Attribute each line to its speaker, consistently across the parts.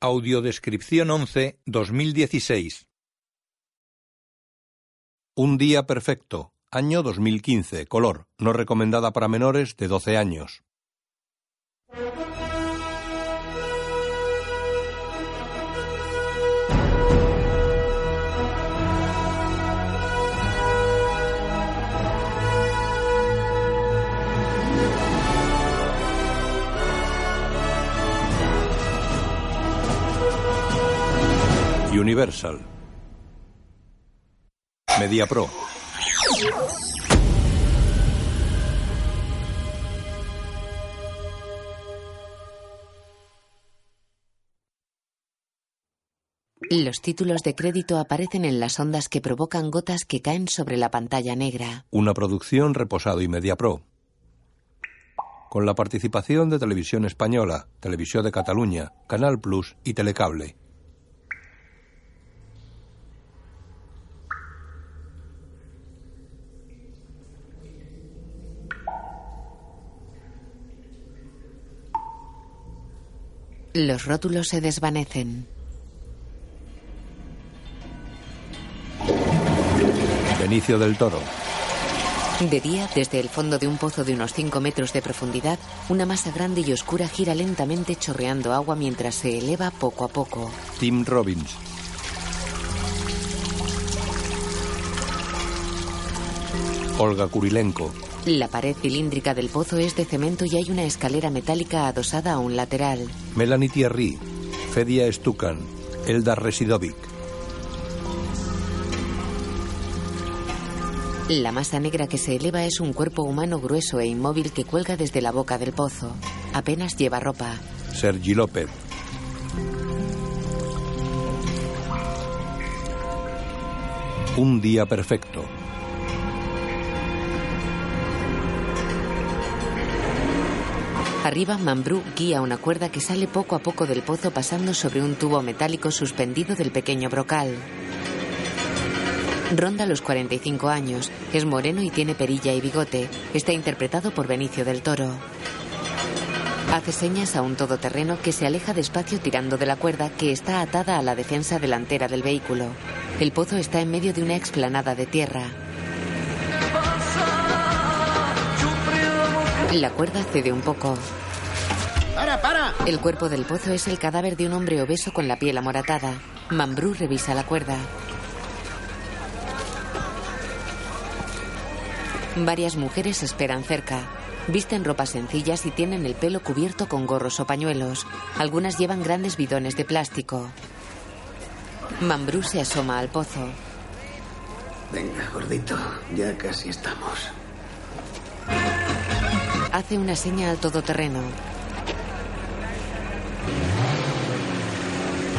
Speaker 1: Audiodescripción 11, 2016. Un día perfecto, año 2015, color, no recomendada para menores de 12 años. Universal. Media Pro.
Speaker 2: Los títulos de crédito aparecen en las ondas que provocan gotas que caen sobre la pantalla negra.
Speaker 1: Una producción reposado y Media Pro. Con la participación de Televisión Española, Televisión de Cataluña, Canal Plus y Telecable.
Speaker 2: Los rótulos se desvanecen.
Speaker 1: Benicio del Toro.
Speaker 2: De día, desde el fondo de un pozo de unos 5 metros de profundidad, una masa grande y oscura gira lentamente chorreando agua mientras se eleva poco a poco.
Speaker 1: Tim Robbins. Olga Kurilenko.
Speaker 2: La pared cilíndrica del pozo es de cemento y hay una escalera metálica adosada a un lateral.
Speaker 1: Melanie Thierry. Fedia Stukan. Elda Residovic.
Speaker 2: La masa negra que se eleva es un cuerpo humano grueso e inmóvil que cuelga desde la boca del pozo. Apenas lleva ropa.
Speaker 1: Sergi López. Un día perfecto.
Speaker 2: Arriba, Mambrú guía una cuerda que sale poco a poco del pozo pasando sobre un tubo metálico suspendido del pequeño brocal. Ronda los 45 años, es moreno y tiene perilla y bigote. Está interpretado por Benicio del Toro. Hace señas a un todoterreno que se aleja despacio tirando de la cuerda que está atada a la defensa delantera del vehículo. El pozo está en medio de una explanada de tierra. La cuerda cede un poco.
Speaker 3: ¡Para, para!
Speaker 2: El cuerpo del pozo es el cadáver de un hombre obeso con la piel amoratada. Mambrú revisa la cuerda. Varias mujeres esperan cerca. Visten ropas sencillas y tienen el pelo cubierto con gorros o pañuelos. Algunas llevan grandes bidones de plástico. Mambrú se asoma al pozo.
Speaker 3: Venga, gordito, ya casi estamos.
Speaker 2: Hace una seña al todoterreno.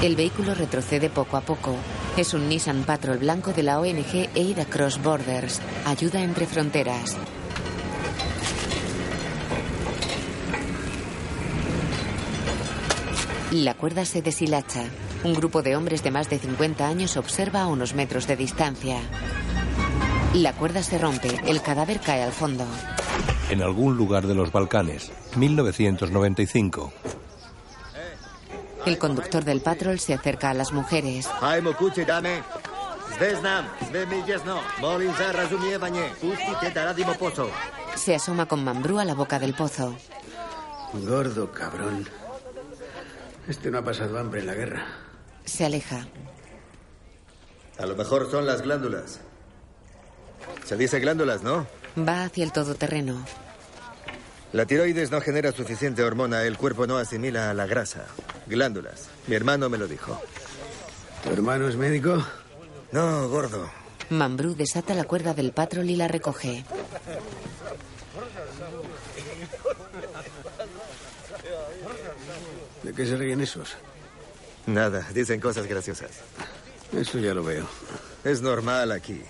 Speaker 2: El vehículo retrocede poco a poco. Es un Nissan Patrol blanco de la ONG Aid Across Borders, Ayuda entre Fronteras. La cuerda se deshilacha. Un grupo de hombres de más de 50 años observa a unos metros de distancia. La cuerda se rompe, el cadáver cae al fondo.
Speaker 1: En algún lugar de los Balcanes, 1995.
Speaker 2: El conductor del patrol se acerca a las mujeres. Se asoma con Mambrú a la boca del pozo.
Speaker 3: Gordo cabrón. Este no ha pasado hambre en la guerra.
Speaker 2: Se aleja.
Speaker 4: A lo mejor son las glándulas. Se dice glándulas, ¿no?
Speaker 2: Va hacia el todoterreno.
Speaker 4: La tiroides no genera suficiente hormona, el cuerpo no asimila la grasa. Glándulas. Mi hermano me lo dijo.
Speaker 3: ¿Tu hermano Ah, es médico?
Speaker 4: No, gordo.
Speaker 2: Mambrú desata la cuerda del patrol y la recoge.
Speaker 3: ¿De qué se ríen esos?
Speaker 4: Nada, dicen cosas graciosas.
Speaker 3: Eso ya lo veo.
Speaker 4: Es normal aquí.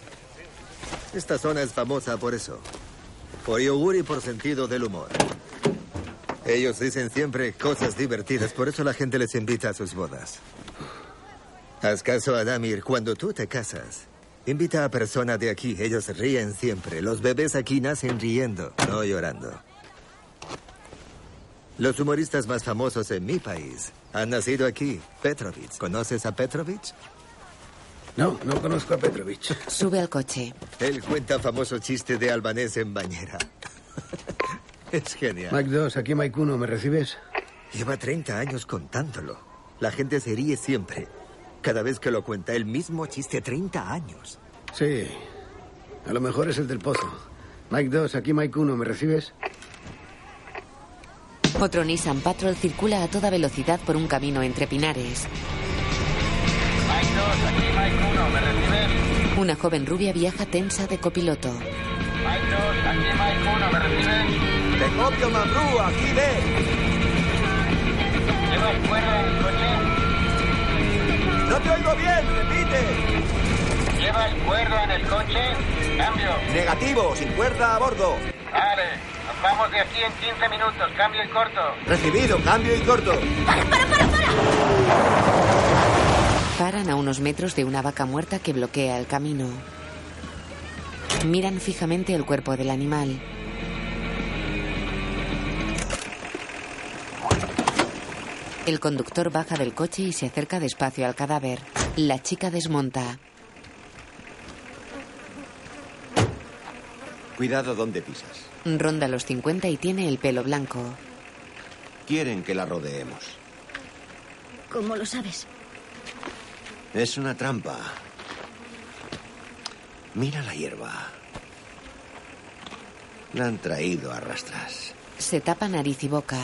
Speaker 4: Esta zona es famosa por eso. Por yogur y por sentido del humor. Ellos dicen siempre cosas divertidas, por eso la gente les invita a sus bodas. Haz caso a Damir, cuando tú te casas, invita a personas de aquí, ellos ríen siempre. Los bebés aquí nacen riendo, no llorando. Los humoristas más famosos en mi país han nacido aquí. Petrovich. ¿Conoces a Petrovich?
Speaker 3: No, no conozco a Petrovich.
Speaker 2: Sube al coche.
Speaker 4: Él cuenta famoso chiste de albanés en bañera. es genial.
Speaker 3: Mike 2, aquí Mike 1, ¿me recibes?
Speaker 4: Lleva 30 años contándolo. La gente se ríe siempre. Cada vez que lo cuenta, el mismo chiste, 30 años.
Speaker 3: Sí. A lo mejor es el del pozo. Mike 2, aquí Mike 1, ¿me recibes?
Speaker 2: Otro Nissan Patrol circula a toda velocidad por un camino entre pinares.
Speaker 5: Mike 2, aquí Mike 1, ¿me recibes?
Speaker 2: Una joven rubia viaja tensa de copiloto.
Speaker 5: Mike 2, aquí Mike 1, ¿me recibes?
Speaker 4: Te copio, Mambrú, aquí ve.
Speaker 5: ¿Llevas cuerda en el coche?
Speaker 4: No te oigo bien, repite.
Speaker 5: ¿Llevas cuerda en el coche? Cambio.
Speaker 4: Negativo, sin cuerda a bordo.
Speaker 5: Vale, nos vamos de aquí en 15 minutos. Cambio y corto.
Speaker 4: Recibido, cambio y corto.
Speaker 2: Paran a unos metros de una vaca muerta que bloquea el camino. Miran fijamente el cuerpo del animal. El conductor baja del coche y se acerca despacio al cadáver. La chica desmonta.
Speaker 6: Cuidado donde pisas.
Speaker 2: Ronda los 50 y tiene el pelo blanco.
Speaker 6: Quieren que la rodeemos.
Speaker 7: ¿Cómo lo sabes?
Speaker 6: Es una trampa. Mira la hierba. La han traído a rastras.
Speaker 2: Se tapa nariz y boca.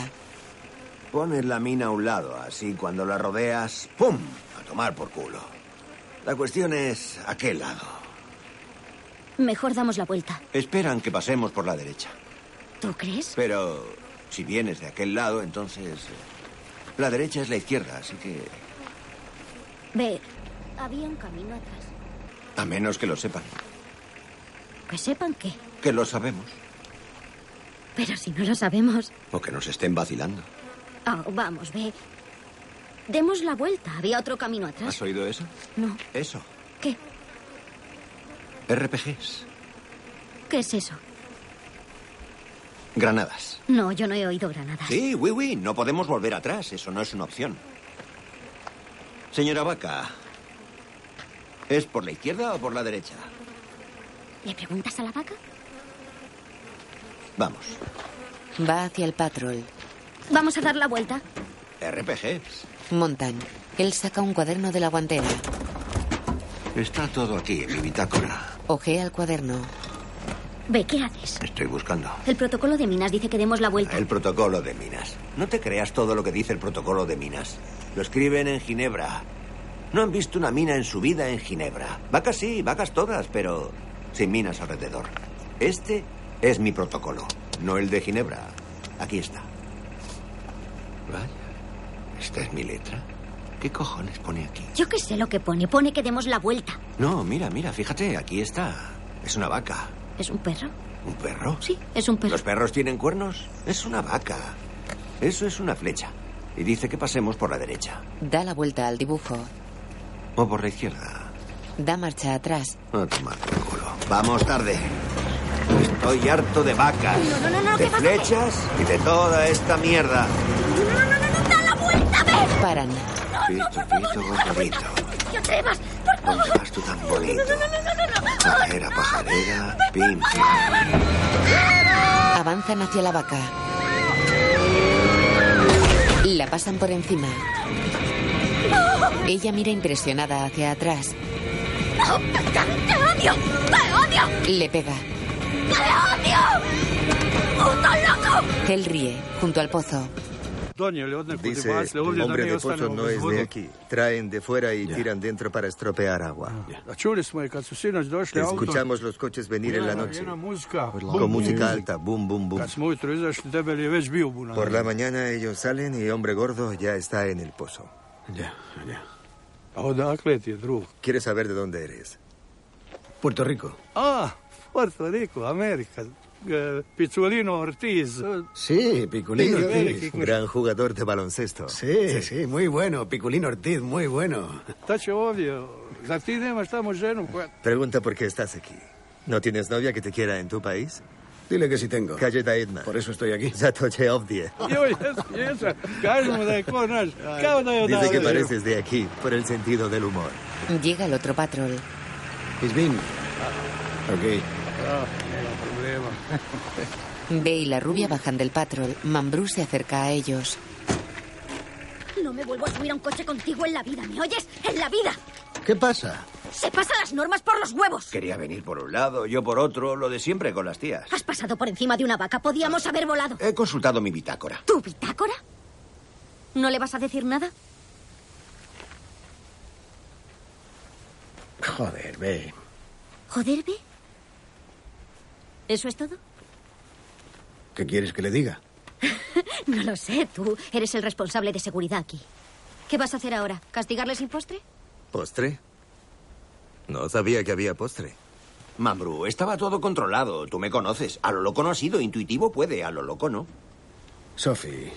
Speaker 6: Pones la mina a un lado, así cuando la rodeas, ¡pum! A tomar por culo. La cuestión es, ¿a qué lado?
Speaker 7: Mejor damos la vuelta.
Speaker 6: Esperan que pasemos por la derecha.
Speaker 7: ¿Tú crees?
Speaker 6: Pero si vienes de aquel lado, entonces... eh, La derecha es la izquierda, así que...
Speaker 7: Ve. Había un camino atrás.
Speaker 6: A menos que lo sepan.
Speaker 7: Que sepan qué.
Speaker 6: Que lo sabemos.
Speaker 7: Pero si no lo sabemos.
Speaker 6: O que nos estén vacilando.
Speaker 7: Oh, vamos, ve. Demos la vuelta. Había otro camino atrás.
Speaker 6: ¿Eh? ¿Has oído eso?
Speaker 7: No.
Speaker 6: Eso.
Speaker 7: ¿Qué?
Speaker 6: RPGs.
Speaker 7: ¿Qué es eso?
Speaker 6: Granadas.
Speaker 7: No, yo no he oído granadas.
Speaker 6: Sí, oui, oui. No podemos volver atrás. Eso no es una opción. Señora Vaca, ¿es por la izquierda o por la derecha?
Speaker 7: ¿Le preguntas a la vaca?
Speaker 6: Vamos.
Speaker 2: Va hacia el patrol.
Speaker 7: Vamos a dar la vuelta.
Speaker 6: RPGs.
Speaker 2: Montan. Él saca un cuaderno de la guantera.
Speaker 6: Está todo aquí en mi bitácora.
Speaker 2: Ojea el cuaderno.
Speaker 7: Ve, ¿qué haces?
Speaker 6: Estoy buscando.
Speaker 7: El protocolo de minas dice que demos la vuelta.
Speaker 6: El protocolo de minas. No te creas todo lo que dice el protocolo de minas. Lo escriben en Ginebra. No han visto una mina en su vida en Ginebra. Vacas sí, vacas todas, pero sin minas alrededor. Este es mi protocolo, no el de Ginebra. Aquí está. Vaya. Esta es mi letra. ¿Qué cojones pone aquí?
Speaker 7: Yo qué sé lo que pone. Pone que demos la vuelta.
Speaker 6: No, mira, mira, fíjate, aquí está. Es una vaca.
Speaker 7: ¿Es un perro?
Speaker 6: ¿Un perro?
Speaker 7: Sí, es un perro.
Speaker 6: ¿Los perros tienen cuernos? Es una vaca. Eso es una flecha. Y dice que pasemos por la derecha.
Speaker 2: Da la vuelta al dibujo.
Speaker 6: O por la izquierda.
Speaker 2: Da marcha atrás.
Speaker 6: A tomar por culo. Vamos tarde. Estoy harto de vacas.
Speaker 7: No, no, no, no,
Speaker 6: de
Speaker 7: que va-
Speaker 6: flechas y de toda esta mierda.
Speaker 7: ¡No, no, no, no, no! ¡Da la vuelta, ve!
Speaker 2: Paran.
Speaker 6: Pito, pito, gorgorito.
Speaker 7: ¡No te vas! ¡Por
Speaker 6: ¿Dónde
Speaker 7: favor!
Speaker 6: vas tú tan bonito?
Speaker 7: ¡No, no, no, no, no! no.
Speaker 6: Pajera, pajarera, pim, pim.
Speaker 2: Avanzan hacia la vaca. La pasan por encima. Ella mira impresionada hacia atrás.
Speaker 7: ¡No! ¡Te, te odio! ¡Te odio!
Speaker 2: Le pega.
Speaker 7: ¡Te odio! ¡Puto loco!
Speaker 2: Él ríe junto al pozo.
Speaker 4: Dice, el hombre de pozo no es de aquí. Traen de fuera y tiran dentro para estropear agua. Escuchamos los coches venir en la noche.
Speaker 8: Ah,
Speaker 4: Con música alta, boom, boom, boom. Por la mañana ellos salen y hombre gordo ya está en el pozo.
Speaker 3: Ya, ya.
Speaker 4: Quiere saber de dónde eres.
Speaker 3: Puerto Rico.
Speaker 9: Ah, Puerto Rico, América. Eh, Pizzolino
Speaker 8: E,
Speaker 9: Ortiz. Eh,
Speaker 3: Sí, Piculín
Speaker 9: Sí,
Speaker 3: Ortiz.
Speaker 4: Gran jugador de baloncesto.
Speaker 3: Sí, sí, muy bueno. Piculín Ortiz, muy bueno.
Speaker 9: Tacho obvio. Latina estamos llenos. pues.
Speaker 4: Pregunta por qué estás aquí. ¿No tienes novia que te quiera en tu país?
Speaker 10: Dile que sí tengo.
Speaker 4: Calle Daedma.
Speaker 10: Por eso estoy aquí.
Speaker 4: Zatoche Ovdie.
Speaker 11: Yo, yes, yes, calmo de conas, calmo de
Speaker 4: Dice que pareces de aquí por el sentido del humor.
Speaker 2: Llega el otro patrón.
Speaker 10: It's been. Ah, Ok.
Speaker 9: Ah,
Speaker 2: Ve y la rubia bajan del patrol. Mambrú se acerca a ellos.
Speaker 7: No me vuelvo a subir a un coche contigo en la vida, ¿me oyes? ¡En la vida!
Speaker 10: ¿Qué pasa?
Speaker 7: ¡Se pasa las normas por los huevos!
Speaker 6: Quería venir por un lado, yo por otro, lo de siempre con las tías.
Speaker 7: Has pasado por encima de una vaca, podíamos haber volado.
Speaker 6: He consultado mi bitácora.
Speaker 7: ¿Tu bitácora? ¿No le vas a decir nada?
Speaker 10: Joder, ve.
Speaker 7: Joder, ve. ¿Eso es todo?
Speaker 10: ¿Qué quieres que le diga?
Speaker 7: No lo sé, tú eres el responsable de seguridad aquí. ¿Qué vas a hacer ahora? ¿Castigarle sin postre?
Speaker 4: ¿Postre? No sabía que había postre.
Speaker 6: Mambrú, estaba todo controlado, tú me conoces. A lo loco no ha sido, intuitivo puede, a lo loco no.
Speaker 10: Sophie.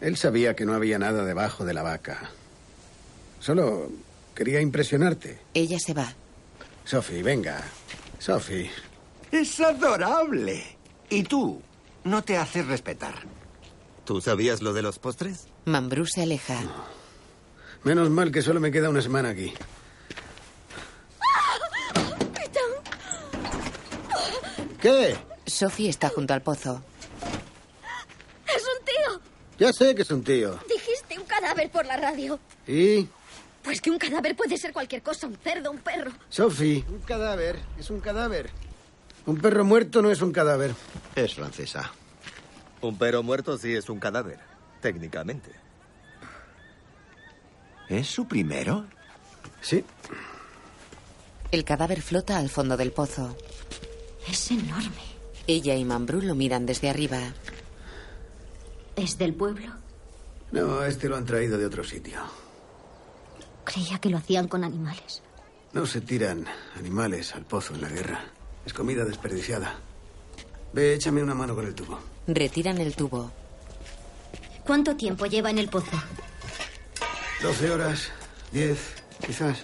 Speaker 10: Él sabía que no había nada debajo de la vaca. Solo quería impresionarte.
Speaker 2: Ella se va.
Speaker 10: Sophie, venga. Sophie.
Speaker 6: Es adorable. ¿Y tú? No te haces respetar.
Speaker 4: ¿Tú sabías lo de los postres?
Speaker 2: Mambrú se aleja.
Speaker 10: Menos mal que solo me queda una semana aquí. ¿Qué?
Speaker 2: Sophie está junto al pozo.
Speaker 7: ¡Es un tío!
Speaker 10: Ya sé que es un tío.
Speaker 7: Dijiste un cadáver por la radio.
Speaker 10: ¿Y?
Speaker 7: Pues que un cadáver puede ser cualquier cosa, un cerdo, un perro.
Speaker 10: Sophie. Un cadáver es un cadáver. Un perro muerto no es un cadáver.
Speaker 6: Es francesa.
Speaker 4: Un perro muerto sí es un cadáver, técnicamente.
Speaker 6: ¿Es su primero?
Speaker 10: Sí.
Speaker 2: El cadáver flota al fondo del pozo.
Speaker 7: Es enorme.
Speaker 2: Ella y Mambrú lo miran desde arriba.
Speaker 7: ¿Es del pueblo?
Speaker 10: No, este lo han traído de otro sitio.
Speaker 7: Creía que lo hacían con animales.
Speaker 10: No se tiran animales al pozo en la guerra. Es comida desperdiciada. Ve, échame una mano con el tubo.
Speaker 2: Retiran el tubo.
Speaker 7: ¿Cuánto tiempo lleva en el pozo?
Speaker 10: Doce horas, diez, quizás.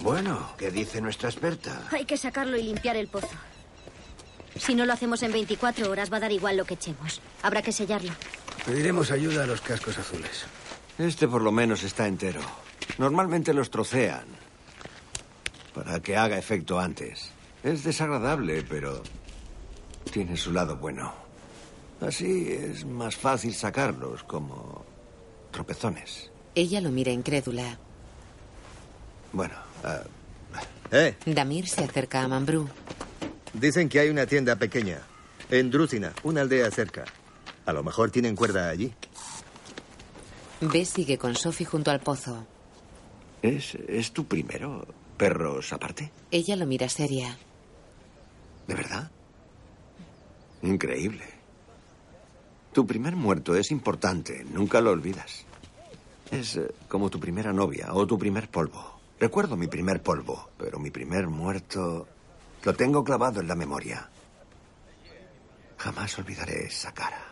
Speaker 6: Bueno, ¿qué dice nuestra experta?
Speaker 7: Hay que sacarlo y limpiar el pozo. Si no lo hacemos en 24 horas, va a dar igual lo que echemos. Habrá que sellarlo.
Speaker 10: Pediremos ayuda a los cascos azules.
Speaker 6: Este por lo menos está entero. Normalmente los trocean para que haga efecto antes. Es desagradable, pero tiene su lado bueno. Así es más fácil sacarlos como tropezones.
Speaker 2: Ella lo mira incrédula.
Speaker 6: Bueno, ah,
Speaker 4: Eh,
Speaker 2: Damir se acerca a Mambrú.
Speaker 4: dicen que hay una tienda pequeña. En Drusina, una aldea cerca. A lo mejor tienen cuerda allí.
Speaker 2: B sigue con Sophie junto al pozo.
Speaker 6: ¿es, ¿es tu primero? ¿Perros aparte?
Speaker 2: Ella lo mira seria.
Speaker 6: ¿De verdad? Increíble. Tu primer muerto es importante, nunca lo olvidas. Es eh, como tu primera novia o tu primer polvo. Recuerdo mi primer polvo, pero mi primer muerto lo tengo clavado en la memoria. Jamás olvidaré esa cara.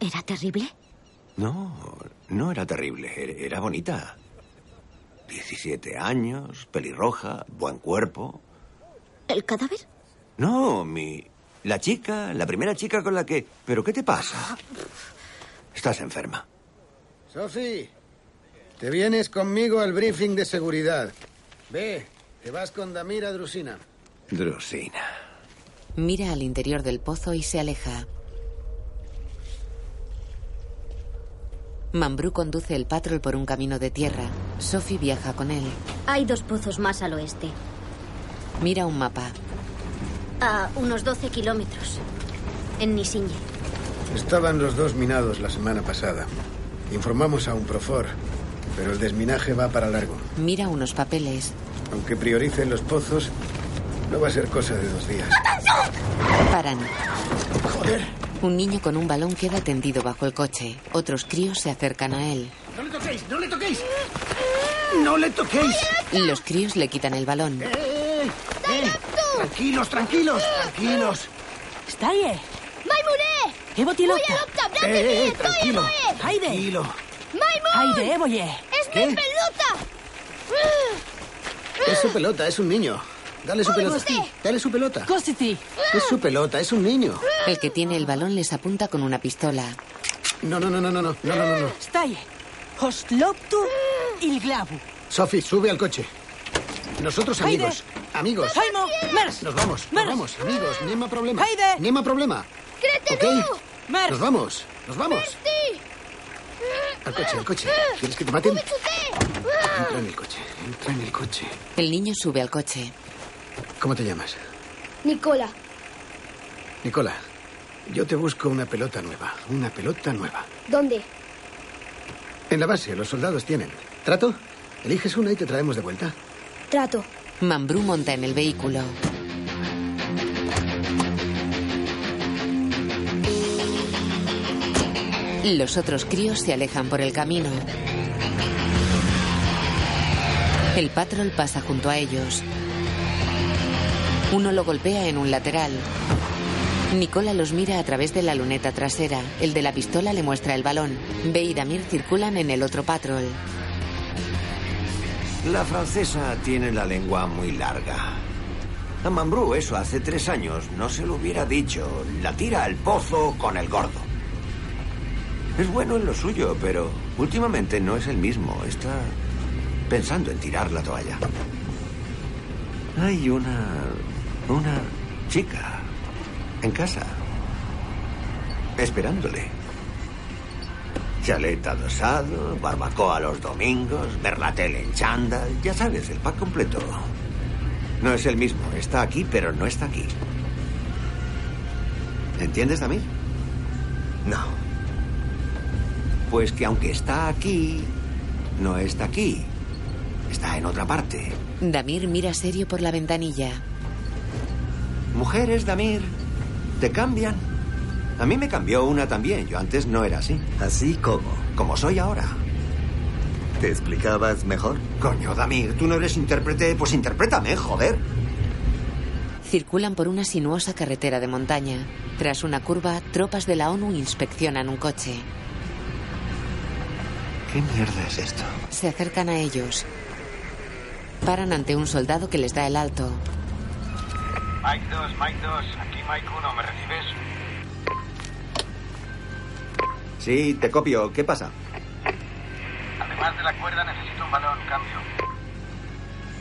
Speaker 7: ¿Era terrible?
Speaker 6: No, no era terrible, er- era bonita. 17 años, pelirroja, buen cuerpo.
Speaker 7: ¿El cadáver?
Speaker 6: No, mi... La chica, la primera chica con la que... ¿Pero qué te pasa? Estás enferma.
Speaker 10: Sophie, te vienes conmigo al briefing de seguridad. Ve, te vas con Damir a Drusina.
Speaker 6: Drusina.
Speaker 2: Mira al interior del pozo y se aleja. Mambrú conduce el patrol por un camino de tierra. Sophie viaja con él.
Speaker 7: Hay dos pozos más al oeste,
Speaker 2: Mira un mapa.
Speaker 7: a unos 12 kilómetros, en Nisinje.
Speaker 10: Estaban los dos minados la semana pasada. Informamos a un profor, pero el desminaje va para largo.
Speaker 2: Mira unos papeles.
Speaker 10: Aunque prioricen los pozos, no va a ser cosa de dos días.
Speaker 2: Paran. Un niño con un balón queda tendido bajo el coche. Otros críos se acercan a él.
Speaker 10: ¡No le toquéis! ¡No le toquéis! ¡No le toquéis!
Speaker 2: Los críos le quitan el balón.
Speaker 10: ¡Eh! ¡Eh! Tranquilos, tranquilos, tranquilos.
Speaker 12: Staje,
Speaker 7: ¡Maimuré!
Speaker 12: evo lopta.
Speaker 10: ¡Eh, eh, tranquilo!
Speaker 12: Jaime.
Speaker 10: Tranquilo.
Speaker 12: Haide, evo ye.
Speaker 7: ¡Es
Speaker 10: ¿Qué?
Speaker 7: pelota!
Speaker 10: Es su pelota, es un niño. Dale su pelota. Dale su pelota.
Speaker 13: Cosity.
Speaker 10: Es su pelota, es un niño.
Speaker 2: El que tiene el balón les apunta con una pistola.
Speaker 10: No, no, no, no, no, no, no, no, no.
Speaker 13: Staje. Hostloptu il glavu.
Speaker 10: Sophie, sube al coche. Nosotros
Speaker 13: Hayde.
Speaker 10: amigos. Amigos.
Speaker 13: Haimo, mers.
Speaker 10: Nos vamos, nos
Speaker 13: Mers.
Speaker 10: vamos, amigos. Nima problema.
Speaker 13: Hayde.
Speaker 10: Nima problema. ¿Ok?
Speaker 13: Mers.
Speaker 10: Nos vamos, nos vamos. Al coche, al coche. ¿Quieres que te maten? Entra en el coche, entra en el coche.
Speaker 2: El niño sube al coche.
Speaker 10: ¿Cómo te llamas?
Speaker 12: Nicola,
Speaker 10: Nicola, yo te busco una pelota nueva, una pelota nueva.
Speaker 12: ¿dónde?
Speaker 10: En la base, los soldados tienen. ¿Trato? Eliges una y te traemos de vuelta.
Speaker 12: Trato.
Speaker 2: Mambrú monta en el vehículo. Los otros críos se alejan por el camino. El patrol pasa junto a ellos. Uno lo golpea en un lateral. Nicola los mira a través de la luneta trasera. El de la pistola le muestra el balón. Ve y Damir circulan en el otro patrol.
Speaker 6: La francesa tiene la lengua muy larga. A Mambrú eso hace tres años no se lo hubiera dicho. La tira al pozo con el gordo. Es bueno en lo suyo, pero últimamente no es el mismo. Está pensando en tirar la toalla. Hay una... una chica en casa. Esperándole. Chalet adosado, barbacoa los domingos, ver la tele en chándal, ya sabes, el pack completo. No es el mismo, está aquí, pero no está aquí. ¿Entiendes a mí? No. Pues que aunque está aquí, no está aquí. Está en otra parte.
Speaker 2: Damir mira serio por la ventanilla.
Speaker 6: Mujeres, Damir, te cambian. A mí me cambió una también, yo antes no era así.
Speaker 14: ¿Así como?
Speaker 6: Como soy ahora.
Speaker 14: ¿Te explicabas mejor?
Speaker 6: Coño, Damir, tú no eres intérprete, pues interprétame, joder.
Speaker 2: Circulan por una sinuosa carretera de montaña. Tras una curva, tropas de la ONU inspeccionan un coche.
Speaker 6: ¿Qué mierda es esto?
Speaker 2: Se acercan a ellos. Paran ante un soldado que les da el alto.
Speaker 11: Mike 2, Mike 2, aquí Mike 1, ¿me recibes?
Speaker 6: Sí, te copio. ¿Qué pasa?
Speaker 11: Además de la cuerda necesito un balón, cambio.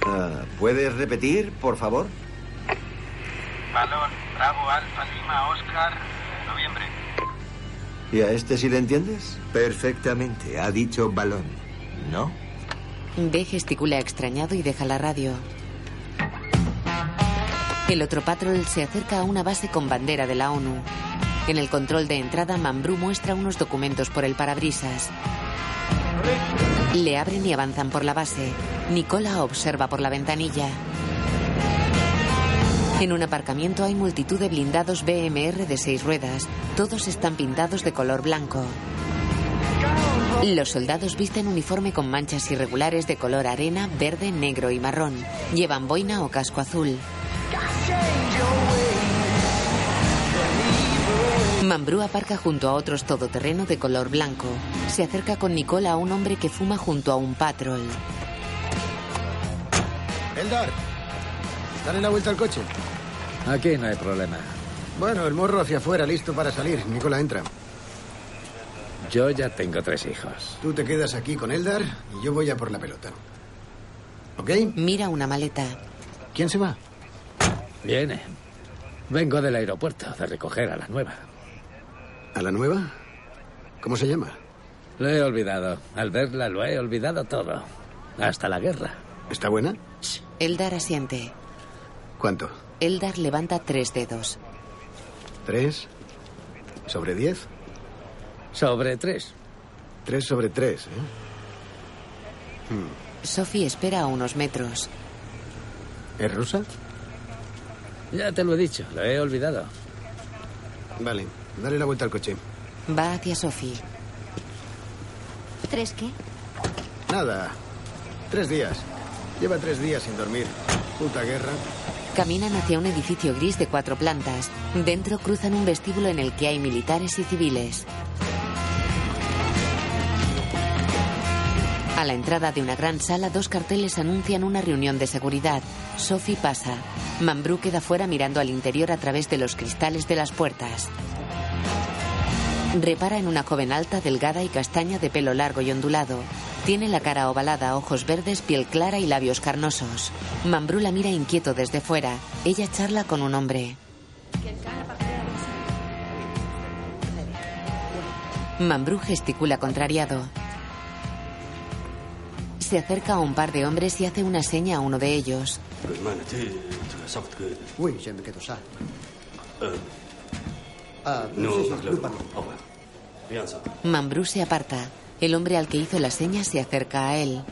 Speaker 6: Ah, ¿Puedes repetir, por favor?
Speaker 11: Balón, Bravo, Alfa, Lima, Oscar, noviembre.
Speaker 6: ¿Y a este sí le entiendes?
Speaker 14: Perfectamente, ha dicho balón. ¿No?
Speaker 2: B gesticula extrañado y deja la radio. El otro patrol se acerca a una base con bandera de la ONU. En el control de entrada, Mambrú muestra unos documentos por el parabrisas. Le abren y avanzan por la base. Nicola observa por la ventanilla. En un aparcamiento hay multitud de blindados BMR de seis ruedas. Todos están pintados de color blanco. Los soldados visten uniforme con manchas irregulares de color arena, verde, negro y marrón. Llevan boina o casco azul. Mambrú aparca junto a otros todoterreno de color blanco. Se acerca con Nicola a un hombre que fuma junto a un patrol.
Speaker 10: Eldar, dale la vuelta al coche.
Speaker 15: Aquí no hay problema.
Speaker 10: Bueno, el morro hacia afuera, listo para salir. Nicola, entra.
Speaker 15: Yo ya tengo tres hijos.
Speaker 10: Tú te quedas aquí con Eldar y yo voy a por la pelota. ¿Ok?
Speaker 2: Mira una maleta.
Speaker 10: ¿Quién se va?
Speaker 15: Viene. Vengo del aeropuerto de recoger a la nueva.
Speaker 10: ¿A la nueva? ¿Cómo se llama?
Speaker 15: Lo he olvidado. Al verla lo he olvidado todo. Hasta la guerra.
Speaker 10: ¿Está buena?
Speaker 2: Eldar asiente.
Speaker 10: ¿Cuánto?
Speaker 2: Eldar levanta tres dedos.
Speaker 10: ¿Tres? ¿Sobre diez?
Speaker 15: Sobre tres.
Speaker 10: Tres sobre tres, ¿eh?
Speaker 2: Sophie espera a unos metros.
Speaker 10: ¿Es rusa?
Speaker 15: Ya te lo he dicho, lo he olvidado.
Speaker 10: Vale, dale la vuelta al coche.
Speaker 2: Va hacia Sophie.
Speaker 7: ¿Tres qué?
Speaker 10: Nada. Tres días. Lleva tres días sin dormir. Puta guerra.
Speaker 2: Caminan hacia un edificio gris de cuatro plantas. Dentro cruzan un vestíbulo en el que hay militares y civiles. A la entrada de una gran sala, dos carteles anuncian una reunión de seguridad. Sophie pasa. Mambrú queda fuera mirando al interior a través de los cristales de las puertas. Repara en una joven alta, delgada y castaña de pelo largo y ondulado. Tiene la cara ovalada, ojos verdes, piel clara y labios carnosos. Mambrú la mira inquieto desde fuera. Ella charla con un hombre. Mambrú gesticula contrariado. Se acerca a un par de hombres y hace una seña a uno de ellos.
Speaker 10: Oui, j'aime que tout ça. Ah,
Speaker 2: Um, No,
Speaker 10: sí, sí,
Speaker 2: claro. Oh,
Speaker 10: disculpa.
Speaker 2: Mambrú se aparta. El hombre al que hizo la seña se acerca a él.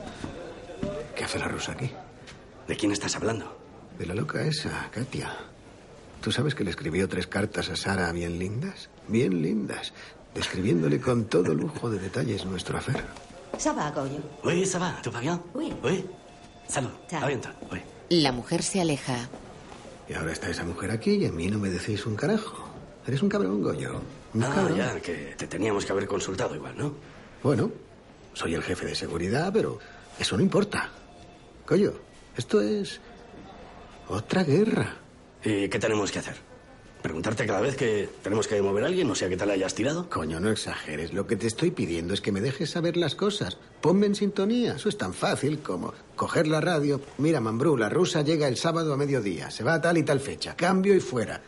Speaker 10: ¿Qué hace la rusa aquí? ¿De quién estás hablando? De la loca esa, Katia. ¿Tú sabes que le escribió tres cartas a Sara bien lindas? Bien lindas. Describiéndole con todo lujo de detalles nuestro afer.
Speaker 16: Ça va, Goyo.
Speaker 10: Oui, ça va. ¿Tú va bien?
Speaker 16: Oui.
Speaker 10: Oui. Salud.
Speaker 16: Está bien,
Speaker 2: La mujer se aleja.
Speaker 10: Y ahora está esa mujer aquí y a mí no me decís un carajo. Eres un cabrón, Goyo. Un cabrón.
Speaker 17: Ah, ya, que te teníamos que haber consultado igual, ¿no?
Speaker 10: Bueno, soy el jefe de seguridad, pero eso no importa. Goyo, esto es otra guerra.
Speaker 17: ¿Y qué tenemos que hacer? ¿Preguntarte cada vez que tenemos que mover a alguien, o sea que te la hayas tirado?
Speaker 10: Coño, no exageres. Lo que te estoy pidiendo es que me dejes saber las cosas. Ponme en sintonía. Eso es tan fácil como coger la radio. Mira, Mambrú, la rusa llega el sábado a mediodía. Se va a tal y tal fecha. Cambio y fuera.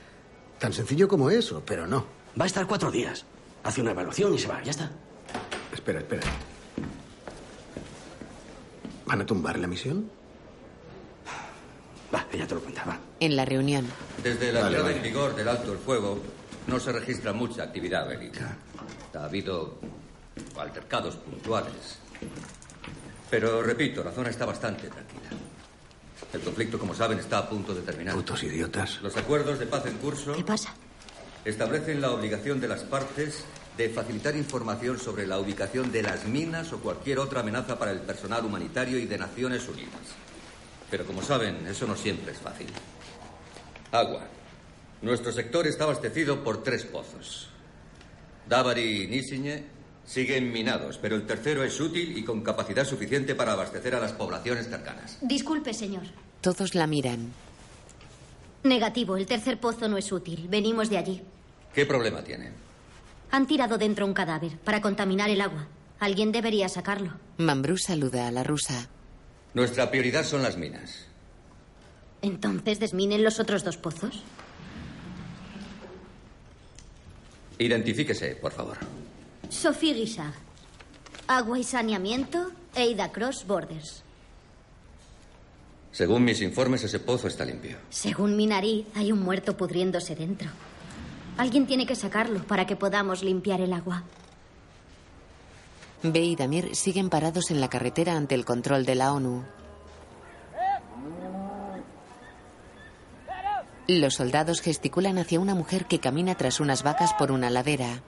Speaker 10: Tan sencillo como eso, pero no.
Speaker 17: Va a estar cuatro días. Hace una evaluación y se va, ya está.
Speaker 10: Espera, espera. ¿Van a tumbar la misión?
Speaker 17: Va, ella te lo cuenta, va.
Speaker 2: En la reunión.
Speaker 18: Desde la
Speaker 10: Vale,
Speaker 18: entrada
Speaker 10: vale.
Speaker 18: en vigor del alto el fuego no se registra mucha actividad bélica. Ha habido altercados puntuales. Pero repito, la zona está bastante tranquila. El conflicto, como saben, está a punto de terminar.
Speaker 10: Putos idiotas.
Speaker 18: Los acuerdos de paz en curso. ¿Qué
Speaker 16: pasa?
Speaker 18: Establecen la obligación de las partes de facilitar información sobre la ubicación de las minas o cualquier otra amenaza para el personal humanitario y de Naciones Unidas. Pero como saben, eso no siempre es fácil. Agua. Nuestro sector está abastecido por tres pozos. Davari y Nisiñe siguen minados, pero el tercero es útil y con capacidad suficiente para abastecer a las poblaciones cercanas.
Speaker 7: Disculpe, señor.
Speaker 2: Todos la miran.
Speaker 7: Negativo, el tercer pozo no es útil. Venimos de allí.
Speaker 18: ¿Qué problema tiene?
Speaker 7: Han tirado dentro un cadáver para contaminar el agua. Alguien debería sacarlo.
Speaker 2: Mambrú saluda a la rusa.
Speaker 18: Nuestra prioridad son las minas.
Speaker 7: Entonces desminen los otros dos pozos.
Speaker 18: Identifíquese, por favor.
Speaker 7: Sophie Guisard. Agua y saneamiento, Eida Cross Borders.
Speaker 18: Según mis informes, ese pozo está limpio.
Speaker 7: Según mi nariz, hay un muerto pudriéndose dentro. Alguien tiene que sacarlo para que podamos limpiar el agua.
Speaker 2: B y Damir siguen parados en la carretera ante el control de la ONU. Los soldados gesticulan hacia una mujer que camina tras unas vacas por una ladera.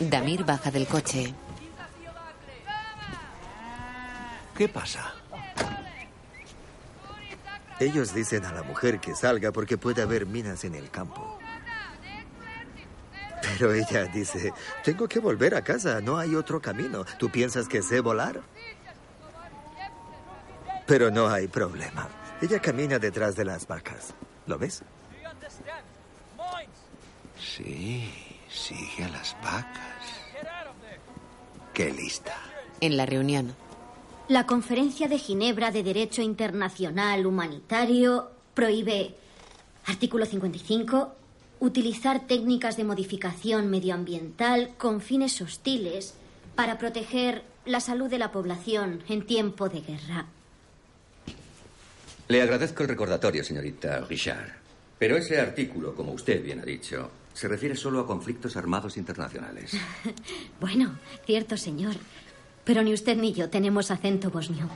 Speaker 2: Damir baja del coche.
Speaker 6: ¿Qué pasa?
Speaker 4: Ellos dicen a la mujer que salga porque puede haber minas en el campo. Pero ella dice, tengo que volver a casa, no hay otro camino. ¿Tú piensas que sé volar? Pero no hay problema. Ella camina detrás de las vacas. ¿Lo ves?
Speaker 6: Sí, sigue a las vacas. Qué lista.
Speaker 2: En la reunión,
Speaker 7: La Conferencia de Ginebra de Derecho Internacional Humanitario prohíbe, artículo 55, utilizar técnicas de modificación medioambiental con fines hostiles para proteger la salud de la población en tiempo de guerra.
Speaker 18: Le agradezco el recordatorio, señorita Richard. Pero ese artículo, como usted bien ha dicho, se refiere solo a conflictos armados internacionales.
Speaker 7: Bueno, cierto, señor. Pero ni usted ni yo tenemos acento bosnio.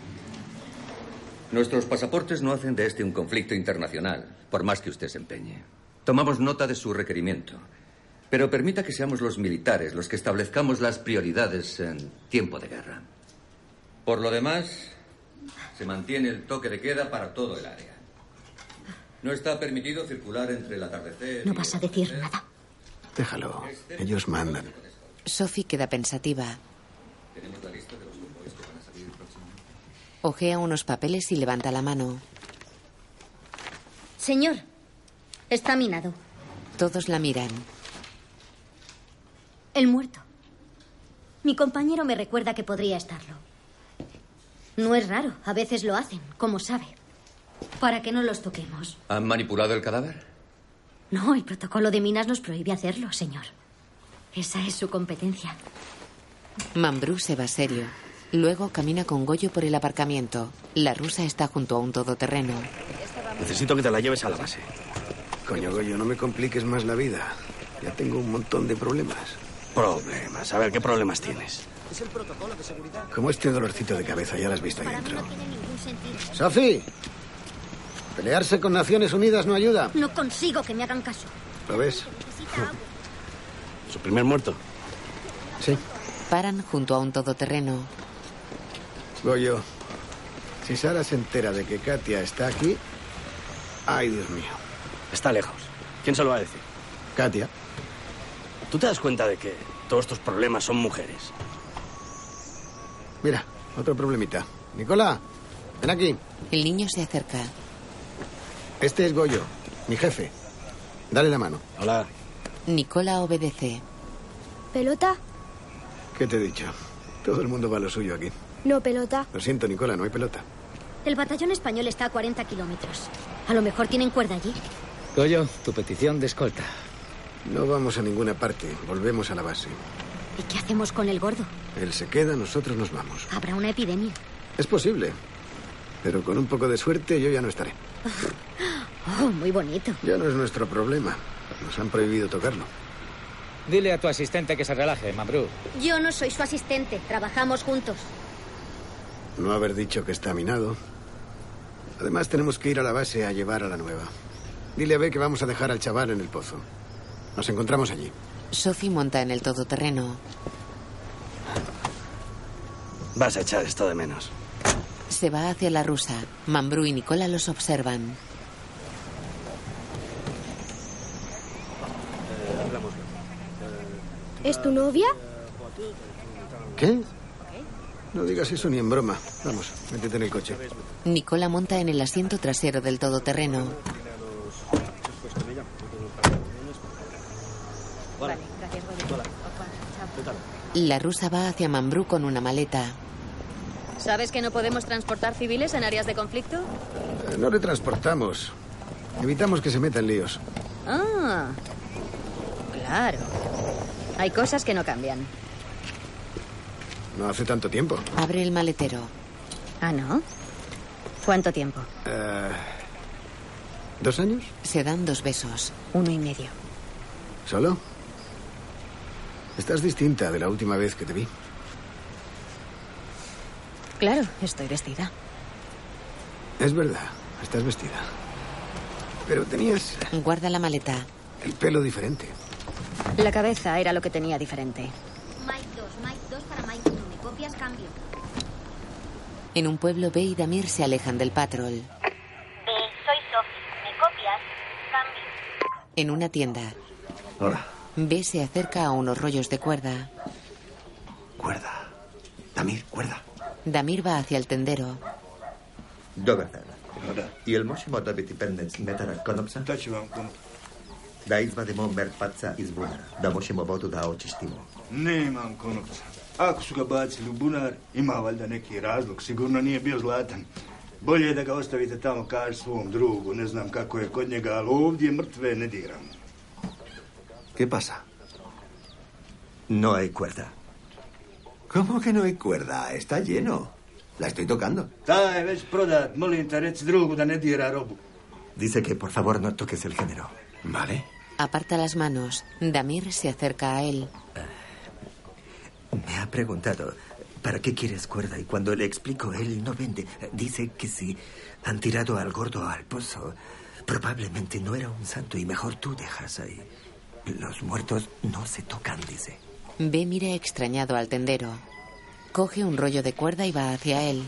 Speaker 18: Nuestros pasaportes no hacen de este un conflicto internacional, por más que usted se empeñe. Tomamos nota de su requerimiento. Pero permita que seamos los militares los que establezcamos las prioridades en tiempo de guerra. Por lo demás, Se mantiene el toque de queda para todo el área. No está permitido circular entre el atardecer.
Speaker 7: No vas a decir nada.
Speaker 10: Déjalo. Ellos mandan.
Speaker 2: Sophie queda pensativa.
Speaker 18: Tenemos la lista de los convoyes que van a salir el próximo.
Speaker 2: Ojea unos papeles y levanta la mano.
Speaker 7: Señor, está minado.
Speaker 2: Todos la miran.
Speaker 7: El muerto. Mi compañero me recuerda que podría estarlo. No es raro, a veces lo hacen, como sabe. Para que no los toquemos.
Speaker 18: ¿Han manipulado el cadáver?
Speaker 7: No, el protocolo de minas nos prohíbe hacerlo, señor. Esa es su competencia.
Speaker 2: Mambrú se va serio. Luego camina con Goyo por el aparcamiento. La rusa está junto a un todoterreno.
Speaker 10: Necesito que te la lleves a la base. Coño, Goyo, no me compliques más la vida. Ya tengo un montón de problemas.
Speaker 17: Problemas. A ver, ¿qué problemas tienes?
Speaker 10: Es el protocolo de seguridad. Como este dolorcito de cabeza, ya lo has visto ahí dentro. ¡Sofi! Pelearse con Naciones Unidas no ayuda.
Speaker 7: No consigo que me hagan caso.
Speaker 10: ¿Lo ves?
Speaker 17: ¿Su primer muerto?
Speaker 10: Sí.
Speaker 2: Paran junto a un todoterreno.
Speaker 10: Goyo, si Sara se entera de que Katia está aquí... Ay, Dios mío.
Speaker 17: Está lejos. ¿Quién se lo va a decir?
Speaker 10: Katia.
Speaker 17: ¿Tú te das cuenta de que todos tus problemas son mujeres?
Speaker 10: Mira, otro problemita. Nicola, ven aquí.
Speaker 2: El niño se acerca.
Speaker 10: Este es Goyo, mi jefe. Dale la mano.
Speaker 17: Hola.
Speaker 2: Nicola obedece.
Speaker 12: ¿Pelota?
Speaker 10: ¿Qué te he dicho? Todo el mundo va a lo suyo aquí.
Speaker 12: No, pelota.
Speaker 10: Lo siento, Nicola, no hay pelota.
Speaker 7: El batallón español está a 40 kilómetros. A lo mejor tienen cuerda allí.
Speaker 19: Goyo, tu petición de escolta.
Speaker 10: No vamos a ninguna parte. Volvemos a la base.
Speaker 7: ¿Y qué hacemos con el gordo?
Speaker 10: Él se queda, nosotros nos vamos.
Speaker 7: Habrá una epidemia.
Speaker 10: Es posible. Pero con un poco de suerte yo ya no estaré.
Speaker 7: Oh, muy bonito.
Speaker 10: Ya no es nuestro problema. Nos han prohibido tocarlo.
Speaker 19: Dile a tu asistente que se relaje, Mambrú.
Speaker 7: Yo no soy su asistente. Trabajamos juntos.
Speaker 10: No haber dicho que está minado. Además, tenemos que ir a la base a llevar a la nueva. Dile a ver que vamos a dejar al chaval en el pozo. Nos encontramos allí.
Speaker 2: Sophie monta en el todoterreno.
Speaker 17: Vas a echar esto de menos.
Speaker 2: Se va hacia la rusa. Mambrú y Nicola los observan.
Speaker 12: ¿Es tu novia?
Speaker 10: ¿Qué? No digas eso ni en broma. Vamos, métete en el coche.
Speaker 2: Nicola monta en el asiento trasero del todoterreno.
Speaker 10: Eh,
Speaker 2: La rusa va hacia Mambrú con una maleta.
Speaker 16: ¿Sabes que no podemos transportar civiles en áreas de conflicto?
Speaker 10: Eh, No le transportamos. Evitamos que se meta en líos.
Speaker 16: Ah, claro. Hay cosas que no cambian.
Speaker 10: No hace tanto tiempo.
Speaker 2: Abre el maletero.
Speaker 16: Ah, ¿no? ¿Cuánto tiempo?
Speaker 10: Eh, ¿Dos años?
Speaker 2: Se dan dos besos.
Speaker 16: Uno y medio.
Speaker 10: ¿Solo? Estás distinta de la última vez que te vi.
Speaker 16: Claro, estoy vestida.
Speaker 10: Es verdad, estás vestida. Pero tenías
Speaker 2: Guarda la maleta.
Speaker 10: el pelo diferente.
Speaker 16: La cabeza era lo que tenía diferente.
Speaker 7: Mike 2, Mike 2 para Mike 1. ¿Me copias? Cambio.
Speaker 2: En un pueblo, B y Damir se alejan del patrol.
Speaker 20: B, soy Sophie. ¿Me copias? Cambio.
Speaker 2: En una tienda.
Speaker 6: Hola.
Speaker 2: B se acerca a unos rollos de cuerda.
Speaker 6: Cuerda. Damir, cuerda.
Speaker 2: Damir va hacia el tendero.
Speaker 4: Doberdan. I el Moshi Motor Independence Metara Konopsa? Da izba de mon mert patsa izbuna. Da Moshi Mobotu da očistimo.
Speaker 8: Nemam konopca. Ako su ga bacili u bunar, ima valjda neki razlog. Sigurno nije bio zlatan. Bolje je da ga ostavite tamo, kaži svom drugu. Ne znam kako je kod njega, ali ovdje mrtve ne diramo.
Speaker 4: ¿Qué pasa? No hay cuerda. ¿Cómo que no hay cuerda? Está lleno. La estoy tocando.
Speaker 8: Taj je već prodat. Molim te, reci drugu da ne dira robu.
Speaker 4: Dice que por favor no toques el género. ¿Vale?
Speaker 2: Aparta las manos. Damir se acerca a él.
Speaker 4: Me ha preguntado, ¿para qué quieres cuerda? Y cuando le explico, él no vende. Dice que si han tirado al gordo al pozo, probablemente no era un santo y mejor tú dejas ahí. Los muertos no se tocan, dice.
Speaker 2: B mira extrañado al tendero. Coge un rollo de cuerda y va hacia él.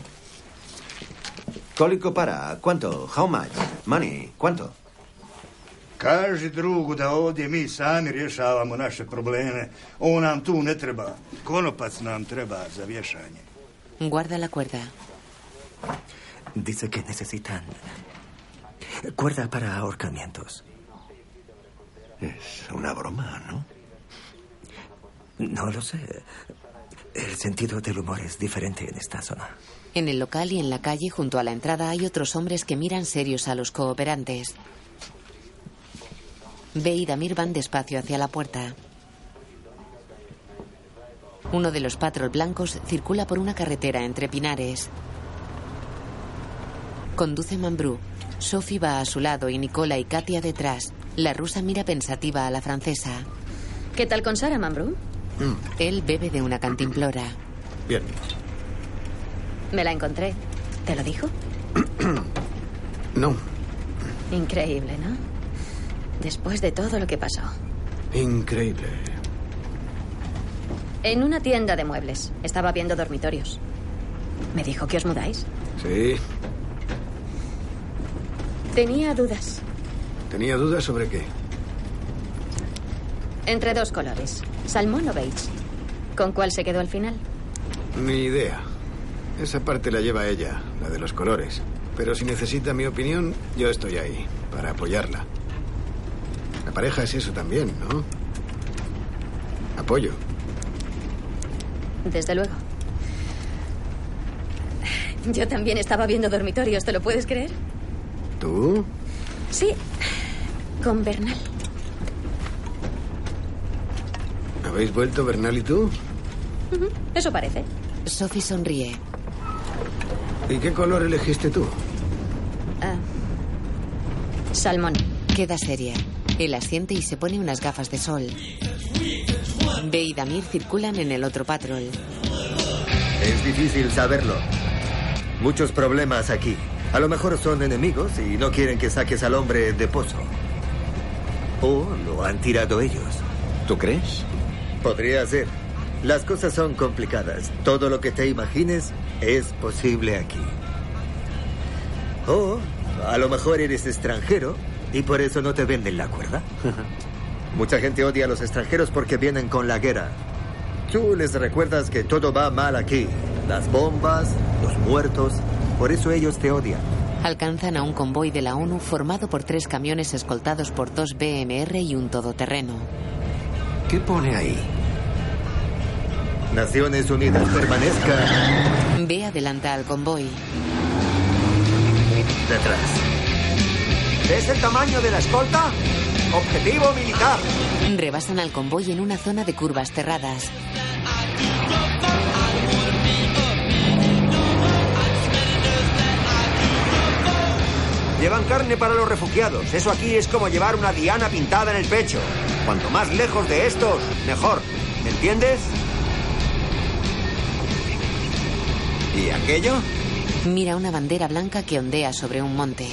Speaker 6: Koliko para? ¿Cuánto? How much? Money? ¿Cuánto?
Speaker 8: Kaži drugu da ovdje mi sami rješavamo naše probleme. On nam tu ne treba. Konopac nam treba za vješanje.
Speaker 2: Guarda la cuerda.
Speaker 15: Dice que necesitan cuerda para ahorcamientos. Es una broma, ¿no? No lo sé. El sentido del humor es diferente en esta zona.
Speaker 2: En el local y en la calle, junto a la entrada, hay otros hombres que miran serios a los cooperantes. Ve y Damir van despacio hacia la puerta. Uno de los patrol blancos circula por una carretera entre pinares. Conduce Mambrú. Sophie va a su lado y Nicola y Katia detrás. La rusa mira pensativa a la francesa.
Speaker 16: ¿Qué tal con Sara, Mambrú?
Speaker 2: Él bebe de una cantimplora.
Speaker 15: Bien.
Speaker 16: Me la encontré. ¿Te lo dijo?
Speaker 10: No,
Speaker 16: Increíble, ¿no? Después de todo lo que pasó.
Speaker 10: increíble.
Speaker 16: En una tienda de muebles. Estaba viendo dormitorios. Me dijo que os mudáis.
Speaker 10: Sí.
Speaker 16: Tenía dudas.
Speaker 10: Tenía dudas sobre qué.
Speaker 16: Entre dos colores. Salmón o beige. ¿Con cuál se quedó al final?
Speaker 10: Ni idea. Esa parte la lleva ella, la de los colores. Pero si necesita mi opinión, yo estoy ahí, para apoyarla. La pareja es eso también, ¿no? Apoyo.
Speaker 16: Desde luego. Yo también estaba viendo dormitorios, ¿te lo puedes creer?
Speaker 10: ¿Tú?
Speaker 16: Sí. Con Bernal.
Speaker 10: ¿Habéis vuelto, Bernal y tú?
Speaker 16: Ujú, Eso parece.
Speaker 2: Sophie sonríe.
Speaker 10: ¿Y qué color elegiste tú?
Speaker 16: Ah. Salmón.
Speaker 2: Queda seria. Él asiente y se pone unas gafas de sol. Ve y Damir circulan en el otro patrol.
Speaker 4: Es difícil saberlo. Muchos problemas aquí. A lo mejor son enemigos y no quieren que saques al hombre de pozo. O lo han tirado ellos.
Speaker 15: ¿Tú crees?
Speaker 4: Podría ser. Las cosas son complicadas. Todo lo que te imagines es posible aquí. O a lo mejor eres extranjero y por eso no te venden la cuerda. Mucha gente odia a los extranjeros porque vienen con la guerra. Tú les recuerdas que todo va mal aquí. Las bombas, los muertos. Por eso ellos te odian.
Speaker 2: Alcanzan a un convoy de la ONU formado por tres camiones escoltados por dos BMR y un todoterreno.
Speaker 4: ¿Qué pone ahí? Naciones Unidas permanezca
Speaker 2: Ve adelanta al convoy.
Speaker 4: detrás.
Speaker 6: ¿Es el tamaño de la escolta? Objetivo militar.
Speaker 2: Rebasan al convoy en una zona de curvas cerradas.
Speaker 6: Llevan carne para los refugiados. Eso aquí es como llevar una diana pintada en el pecho. Cuanto más lejos de estos, mejor. ¿Me entiendes? ¿Y aquello?
Speaker 2: Mira una bandera blanca que ondea sobre un monte.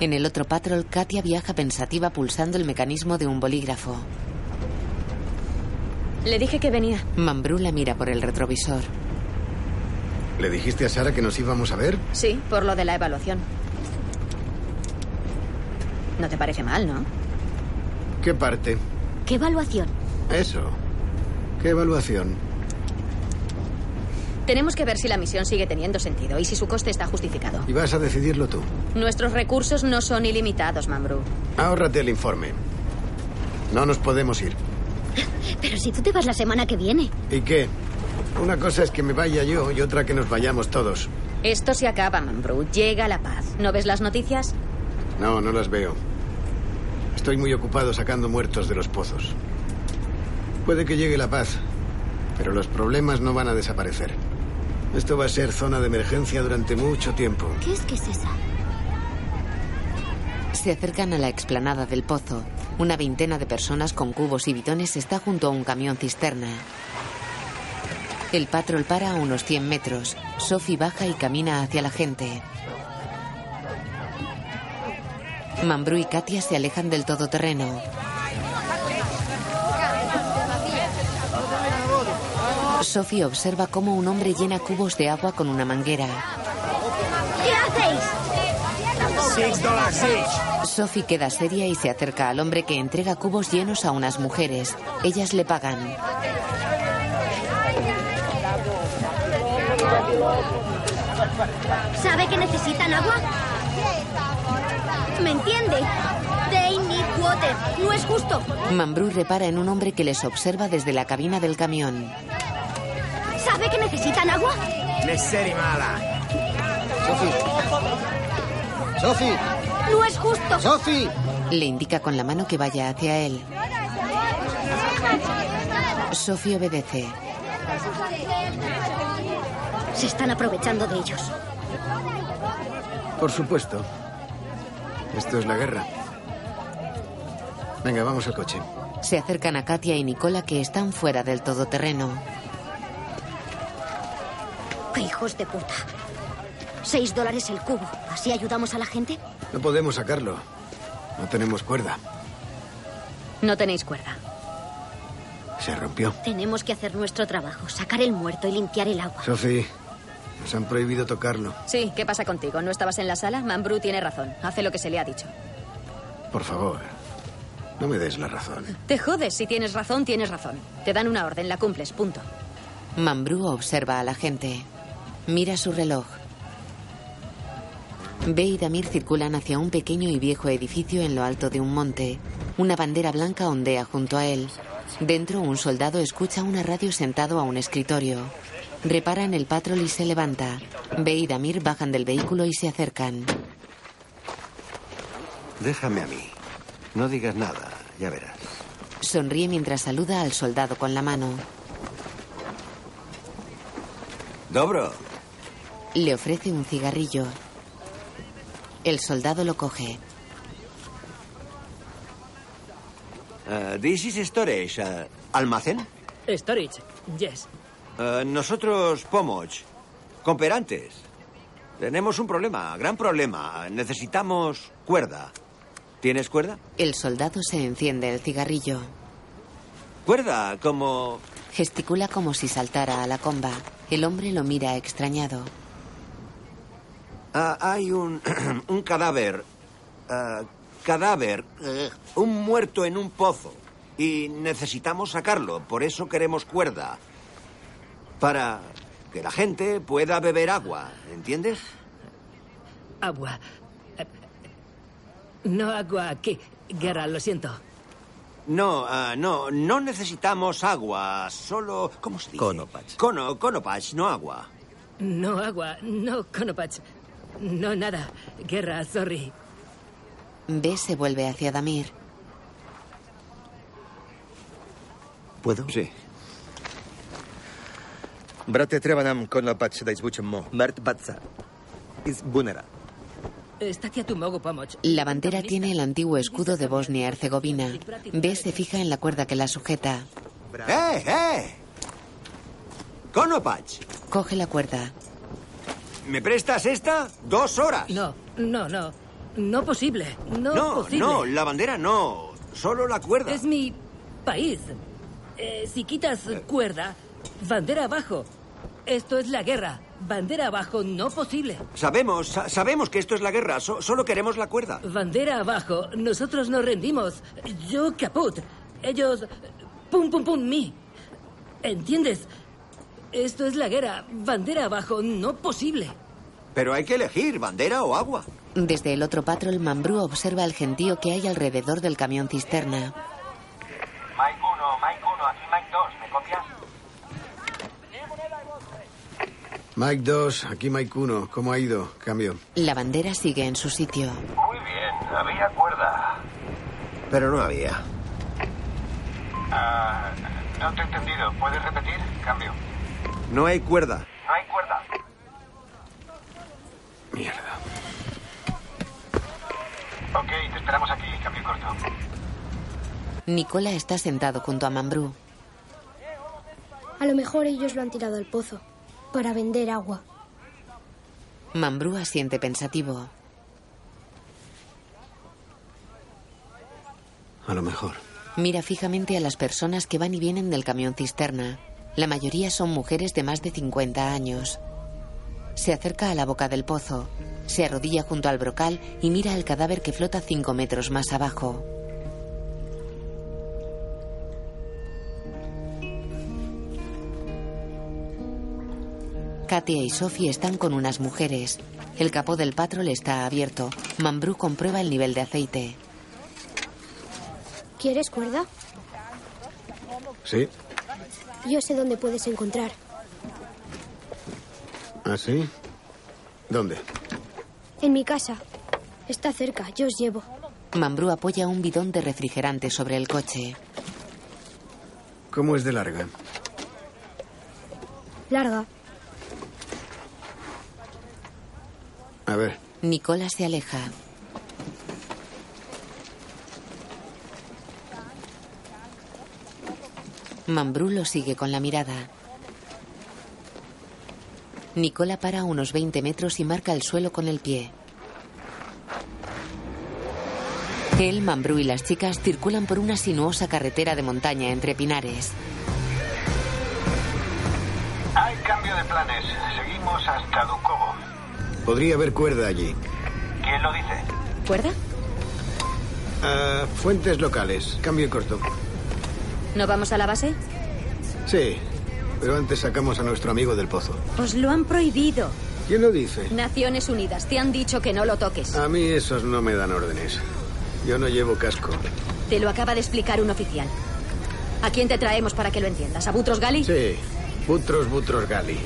Speaker 2: En el otro patrol, Katia viaja pensativa pulsando el mecanismo de un bolígrafo.
Speaker 16: Le dije que venía.
Speaker 2: Mambrú la mira por el retrovisor.
Speaker 10: ¿Le dijiste a Sara que nos íbamos a ver?
Speaker 16: Sí, por lo de la evaluación. No te parece mal, ¿no?
Speaker 10: ¿Qué parte?
Speaker 7: ¿Qué evaluación?
Speaker 10: Eso. ¿Qué evaluación?
Speaker 16: Tenemos que ver si la misión sigue teniendo sentido y si su coste está justificado.
Speaker 10: Y vas a decidirlo tú.
Speaker 16: Nuestros recursos no son ilimitados, Mambrú.
Speaker 10: Ahórrate el informe. No nos podemos ir.
Speaker 7: Pero si tú te vas la semana que viene.
Speaker 10: ¿Y qué? Una cosa es que me vaya yo y otra que nos vayamos todos.
Speaker 16: Esto se acaba, Mambrú. Llega la paz. ¿No ves las noticias?
Speaker 10: No, no las veo. Estoy muy ocupado sacando muertos de los pozos. Puede que llegue la paz, pero los problemas no van a desaparecer. Esto va a ser zona de emergencia durante mucho tiempo.
Speaker 7: ¿Qué es que es esa?
Speaker 2: Se acercan a la explanada del pozo. Una veintena de personas con cubos y bidones está junto a un camión cisterna. El patrol para a unos 100 metros. Sophie baja y camina hacia la gente. Mambrú y Katia se alejan del todoterreno. Sophie observa cómo un hombre llena cubos de agua con una manguera.
Speaker 20: ¡Ya! hacéis?
Speaker 5: Six dollars
Speaker 2: Sophie queda seria y se acerca al hombre que entrega cubos llenos a unas mujeres. Ellas le pagan.
Speaker 7: ¿Sabe que necesitan agua? ¿Me entiende? They need water. No es justo.
Speaker 2: Mambrú repara en un hombre que les observa desde la cabina del camión.
Speaker 7: ¿Sabe que necesitan agua?
Speaker 15: Nesseri mala.
Speaker 10: ¡Sophie!
Speaker 7: No es justo.
Speaker 10: ¡Sophie!
Speaker 2: Le indica con la mano que vaya hacia él. Sophie obedece.
Speaker 7: Se están aprovechando de ellos.
Speaker 10: Por supuesto. Esto es la guerra. Venga, vamos al coche.
Speaker 2: Se acercan a Katia y Nicola que están fuera del todoterreno.
Speaker 7: ¡Qué hijos de puta! Seis dólares el cubo. ¿Así ayudamos a la gente?
Speaker 10: No podemos sacarlo. No tenemos cuerda.
Speaker 16: No tenéis cuerda.
Speaker 10: Se rompió.
Speaker 7: Tenemos que hacer nuestro trabajo, sacar el muerto y limpiar el agua.
Speaker 10: Sophie, nos han prohibido tocarlo.
Speaker 16: Sí, ¿qué pasa contigo? ¿No estabas en la sala? Mambrú tiene razón. Hace lo que se le ha dicho.
Speaker 10: Por favor, no me des la razón.
Speaker 16: Te jodes. Si tienes razón, tienes razón. Te dan una orden, la cumples, punto.
Speaker 2: Mambrú observa a la gente. Mira su reloj. B y Damir circulan hacia un pequeño y viejo edificio en lo alto de un monte. Una bandera blanca ondea junto a él. Dentro, un soldado escucha una radio sentado a un escritorio. Repara en el patrol y se levanta. B y Damir bajan del vehículo y se acercan.
Speaker 6: Déjame a mí. No digas nada, ya verás.
Speaker 2: Sonríe mientras saluda al soldado con la mano.
Speaker 6: Dobro,
Speaker 2: Le ofrece un cigarrillo. El soldado lo coge.
Speaker 6: eh, this is storage. eh, ¿Almacén?
Speaker 21: Storage, yes.
Speaker 6: Eh, nosotros, Pomoch, cooperantes. Tenemos un problema, gran problema. Necesitamos cuerda. ¿Tienes cuerda?
Speaker 2: El soldado se enciende el cigarrillo.
Speaker 6: Cuerda, como...
Speaker 2: Gesticula como si saltara a la comba. El hombre lo mira extrañado.
Speaker 6: ah, hay un, un cadáver. ah, cadáver. eh, un muerto en un pozo. Y necesitamos sacarlo. Por eso queremos cuerda. Para que la gente pueda beber agua. ¿Entiendes?
Speaker 21: Agua. Eh, No agua aquí. Guerra, lo siento.
Speaker 6: No, ah, no, no necesitamos agua, solo... ¿Cómo se dice? Conopach. Cono, conopach, no agua.
Speaker 21: No agua, no Conopach. No nada. Guerra, sorry.
Speaker 2: B se vuelve hacia Damir.
Speaker 6: ¿Puedo?
Speaker 4: Sí. Brate trebanam con la patch dais buchem mo. Mert batza. Is bunera.
Speaker 21: Está aquí a tu mogo, Pomoch.
Speaker 2: La bandera tiene el antiguo escudo de Bosnia-Herzegovina. B se fija en la cuerda que la sujeta.
Speaker 6: ¡Eh, eh! Conopach,
Speaker 2: Coge la cuerda.
Speaker 6: ¿me prestas esta? Dos horas.
Speaker 21: No, no, no. No posible. No,
Speaker 6: no,
Speaker 21: posible.
Speaker 6: no, la bandera no. Solo la cuerda.
Speaker 21: Es mi país. Eh, si quitas cuerda, bandera abajo. Esto es la guerra. Bandera abajo, no posible.
Speaker 6: Sabemos, sa- sabemos que esto es la guerra. so- solo queremos la cuerda.
Speaker 21: Bandera abajo, nosotros nos rendimos. Yo caput. Ellos. Pum, pum, pum, mí. ¿Entiendes? Esto es la guerra. Bandera abajo, no posible.
Speaker 6: Pero hay que elegir bandera o agua.
Speaker 2: Desde el otro patrol, Mambrú observa el gentío que hay alrededor del camión cisterna.
Speaker 5: Mike 1, Mike 1, aquí Mike 2, ¿me copias?
Speaker 10: Mike 2, aquí Mike 1. ¿Cómo ha ido? Cambio.
Speaker 2: La bandera sigue en su sitio.
Speaker 5: Muy bien, había cuerda.
Speaker 6: Pero no había.
Speaker 5: Ah, no te he entendido, ¿puedes repetir? Cambio.
Speaker 6: No hay cuerda.
Speaker 5: No hay cuerda.
Speaker 10: Mierda.
Speaker 5: Ok, te esperamos aquí, cambio corto.
Speaker 2: Nicola está sentado junto a Mambrú.
Speaker 12: A lo mejor ellos lo han tirado al pozo para vender agua.
Speaker 2: Mambrú asiente pensativo.
Speaker 10: A lo mejor.
Speaker 2: Mira fijamente a las personas que van y vienen del camión cisterna. La mayoría son mujeres de más de 50 años. Se acerca a la boca del pozo. Se arrodilla junto al brocal y mira el cadáver que flota cinco metros más abajo. Katia y Sophie están con unas mujeres. El capó del patrol está abierto. Mambrú comprueba el nivel de aceite.
Speaker 12: ¿Quieres cuerda?
Speaker 10: Sí.
Speaker 12: Yo sé dónde puedes encontrar.
Speaker 10: ¿Ah, sí? ¿Dónde?
Speaker 12: En mi casa. Está cerca, yo os llevo.
Speaker 2: Mambrú apoya un bidón de refrigerante sobre el coche.
Speaker 10: ¿Cómo es de larga?
Speaker 12: Larga.
Speaker 10: A ver.
Speaker 2: Nicola se aleja. Mambrú lo sigue con la mirada. Nicola para a unos 20 metros y marca el suelo con el pie. Él, Mambrú y las chicas circulan por una sinuosa carretera de montaña entre pinares.
Speaker 5: Hay cambio de planes. Seguimos hasta Ducobo.
Speaker 10: Podría haber cuerda allí.
Speaker 5: ¿Quién lo dice?
Speaker 16: ¿Cuerda?
Speaker 10: Ah, fuentes locales. Cambio y corto.
Speaker 16: ¿No vamos a la base?
Speaker 10: Sí, pero antes sacamos a nuestro amigo del pozo.
Speaker 16: Os lo han prohibido.
Speaker 10: ¿Quién lo dice?
Speaker 16: Naciones Unidas, te han dicho que no lo toques.
Speaker 10: A mí esos no me dan órdenes. Yo no llevo casco.
Speaker 16: Te lo acaba de explicar un oficial. ¿A quién te traemos para que lo entiendas? ¿A Butros Gali?
Speaker 10: Sí, Butros Butros Gali.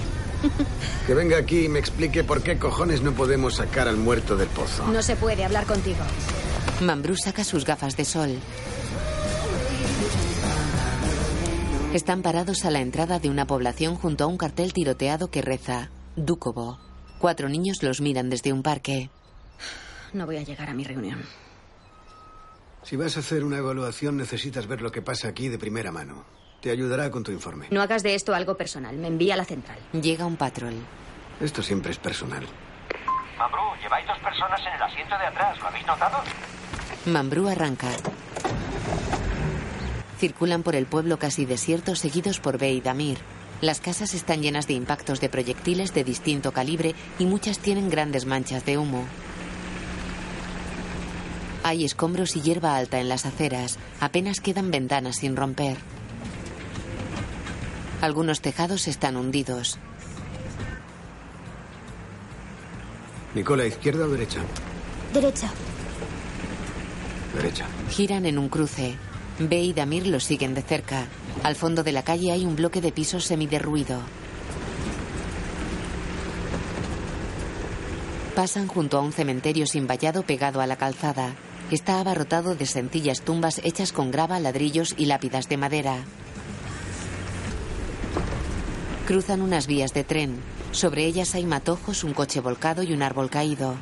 Speaker 10: que venga aquí y me explique por qué cojones no podemos sacar al muerto del pozo.
Speaker 16: No se puede hablar contigo.
Speaker 2: Mambrú saca sus gafas de sol. Están parados a la entrada de una población junto a un cartel tiroteado que reza Dúcobo. Cuatro niños los miran desde un parque.
Speaker 16: No voy a llegar a mi reunión.
Speaker 10: Si vas a hacer una evaluación, necesitas ver lo que pasa aquí de primera mano. Te ayudará con tu informe.
Speaker 16: No hagas de esto algo personal. Me envía a la central.
Speaker 2: Llega un patrol.
Speaker 10: Esto siempre es personal.
Speaker 5: Mambrú, lleváis dos personas en el asiento de atrás. ¿Lo habéis notado?
Speaker 2: Mambrú arranca. Circulan por el pueblo casi desierto seguidos por B y Damir. Las casas están llenas de impactos de proyectiles de distinto calibre y muchas tienen grandes manchas de humo. Hay escombros y hierba alta en las aceras. Apenas quedan ventanas sin romper. Algunos tejados están hundidos.
Speaker 10: Nicola, ¿izquierda o derecha?
Speaker 12: Derecha.
Speaker 10: Derecha.
Speaker 2: Giran en un cruce. B y Damir los siguen de cerca. Al fondo de la calle hay un bloque de pisos semiderruido. Pasan junto a un cementerio sin vallado pegado a la calzada. Está abarrotado de sencillas tumbas hechas con grava, ladrillos y lápidas de madera. Cruzan unas vías de tren. Sobre ellas hay matojos, un coche volcado y un árbol caído.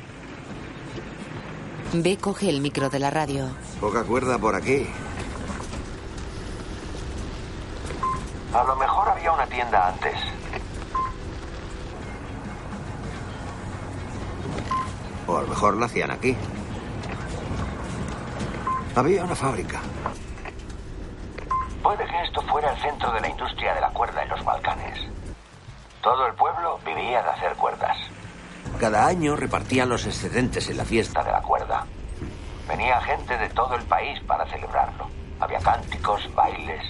Speaker 2: B coge el micro de la radio.
Speaker 6: Poca cuerda por aquí.
Speaker 5: A lo mejor había una tienda antes.
Speaker 6: O a lo mejor la hacían aquí. Había una fábrica.
Speaker 5: Puede que esto fuera el centro de la industria de la cuerda en los Balcanes. Todo el pueblo vivía de hacer cuerdas.
Speaker 6: Cada año repartían los excedentes en la fiesta
Speaker 5: de la cuerda. Venía gente de todo el país para celebrarlo. Había cánticos, bailes,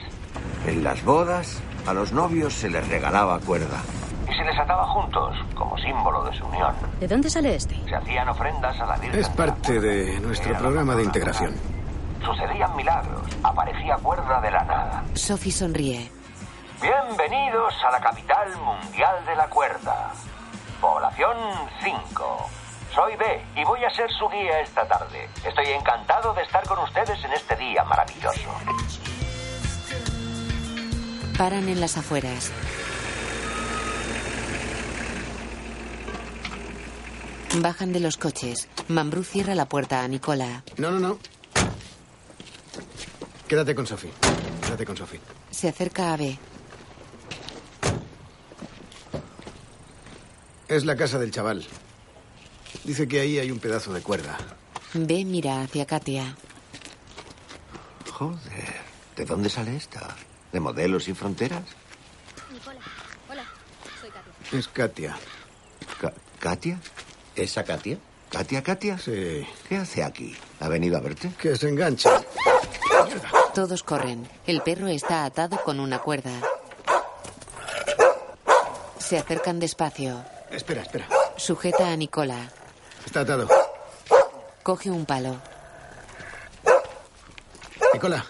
Speaker 6: en las bodas, a los novios se les regalaba cuerda.
Speaker 5: Y se les ataba juntos, como símbolo de su unión.
Speaker 16: ¿De dónde sale este?
Speaker 5: Se hacían ofrendas a la Virgen.
Speaker 10: Es parte de nuestro programa de integración.
Speaker 5: Sucedían milagros. Aparecía cuerda de la nada.
Speaker 2: Sophie sonríe.
Speaker 5: Bienvenidos a la capital mundial de la cuerda. Población 5. Soy B y voy a ser su guía esta tarde. Estoy encantado de estar con ustedes en este día maravilloso.
Speaker 2: Paran en las afueras. Bajan de los coches. Mambrú cierra la puerta a Nicola.
Speaker 10: No, no, no. Quédate con Sophie. Quédate con Sophie.
Speaker 2: Se acerca a B.
Speaker 10: Es la casa del chaval. Dice que ahí hay un pedazo de cuerda.
Speaker 2: B mira hacia Katia.
Speaker 6: Joder, ¿de dónde sale esta? ¿De modelos y fronteras?
Speaker 10: Es Katia.
Speaker 6: Ka- ¿Katia? ¿Esa Katia? ¿Katia, Katia?
Speaker 10: Sí.
Speaker 6: ¿Qué hace aquí? ¿Ha venido a verte?
Speaker 10: Que se engancha.
Speaker 2: Todos corren. El perro está atado con una cuerda. Se acercan despacio.
Speaker 10: Espera, espera.
Speaker 2: Sujeta a Nicola.
Speaker 10: Está atado.
Speaker 2: Coge un palo.
Speaker 10: Nicola.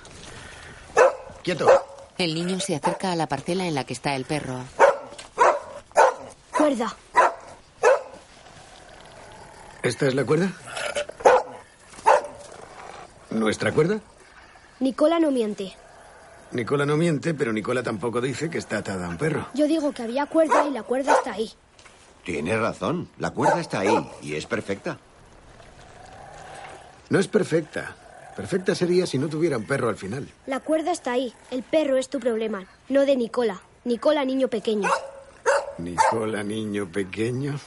Speaker 10: Quieto.
Speaker 2: El niño se acerca a la parcela en la que está el perro.
Speaker 12: Cuerda.
Speaker 10: ¿Esta es la cuerda? ¿Nuestra cuerda?
Speaker 12: Nicola no miente.
Speaker 10: Nicola no miente, pero Nicola tampoco dice que está atada a un perro.
Speaker 12: Yo digo que había cuerda y la cuerda está ahí.
Speaker 6: Tienes razón. La cuerda está ahí y es perfecta.
Speaker 10: No es perfecta. Perfecta sería si no tuviera un perro al final.
Speaker 12: La cuerda está ahí. El perro es tu problema, no de Nicola. Nicola, niño pequeño.
Speaker 10: Nicola, niño pequeño.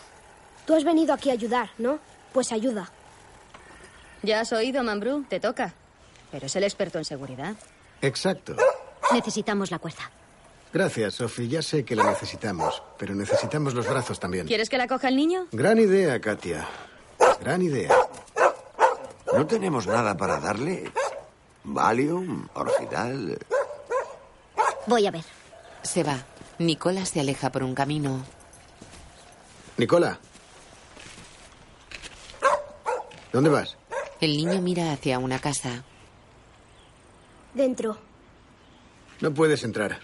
Speaker 12: Tú has venido aquí a ayudar, ¿no? Pues ayuda.
Speaker 16: Ya has oído, Mambrú, te toca. Pero es el experto en seguridad.
Speaker 10: Exacto.
Speaker 16: Necesitamos la cuerda.
Speaker 10: Gracias, Sophie. Ya sé que la necesitamos, pero necesitamos los brazos también.
Speaker 16: ¿Quieres que la coja el niño?
Speaker 10: Gran idea, Katia. Gran idea.
Speaker 6: ¿No tenemos nada Ah, para darle? ¿Valium? ¿Orfidal?
Speaker 16: Voy a ver.
Speaker 2: Se va. Nicola se aleja por un camino.
Speaker 10: Nicola. ¿Dónde vas?
Speaker 2: El niño mira hacia una casa.
Speaker 12: Dentro.
Speaker 10: No puedes entrar.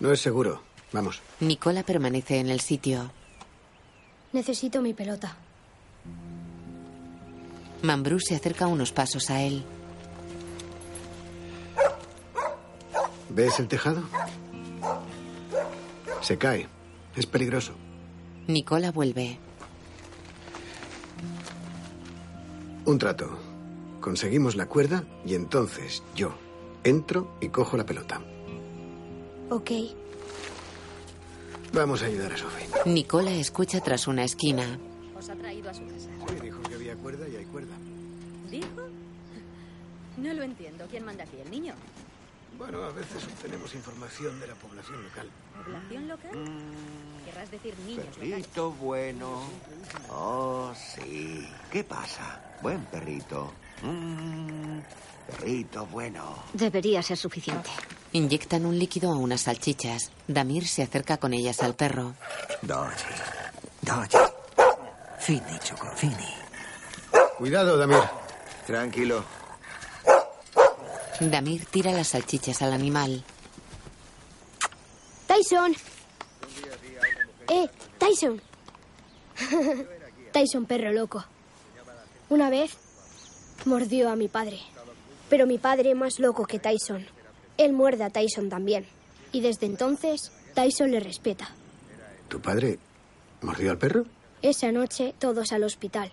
Speaker 10: No es seguro. Vamos.
Speaker 2: Nicola permanece en el sitio.
Speaker 12: Necesito mi pelota.
Speaker 2: Mambrú se acerca unos pasos a él.
Speaker 10: ¿Ves el tejado? Se cae. Es peligroso.
Speaker 2: Nicola vuelve.
Speaker 10: Un trato. Conseguimos la cuerda y entonces yo entro y cojo la pelota.
Speaker 12: Ok.
Speaker 10: Vamos a ayudar a Sophie.
Speaker 2: Nicola escucha tras una esquina.
Speaker 16: Os ha traído a su casa.
Speaker 10: Sí, dijo que había cuerda y hay cuerda.
Speaker 16: ¿Dijo? No lo entiendo. ¿Quién manda aquí? ¿El niño?
Speaker 10: Bueno, a veces obtenemos información de la población local.
Speaker 16: ¿Población local?
Speaker 10: Mm.
Speaker 16: Querrás decir niños locales.
Speaker 6: Perrito bueno. Oh, sí. ¿Qué pasa? Buen perrito. Mm, perrito bueno.
Speaker 16: Debería ser suficiente.
Speaker 2: Inyectan un líquido a unas salchichas. Damir se acerca con ellas al perro.
Speaker 15: Dodge. Dodge. Fini, Choco, Fini.
Speaker 10: Cuidado, Damir.
Speaker 6: Tranquilo.
Speaker 2: Damir tira las salchichas al animal.
Speaker 12: Tyson. Eh, Tyson. Tyson, perro loco. Una vez mordió a mi padre. Pero mi padre más loco que Tyson. Él muerde a Tyson también. Y desde entonces, Tyson le respeta.
Speaker 10: ¿Tu padre mordió al perro?
Speaker 12: Esa noche todos al hospital.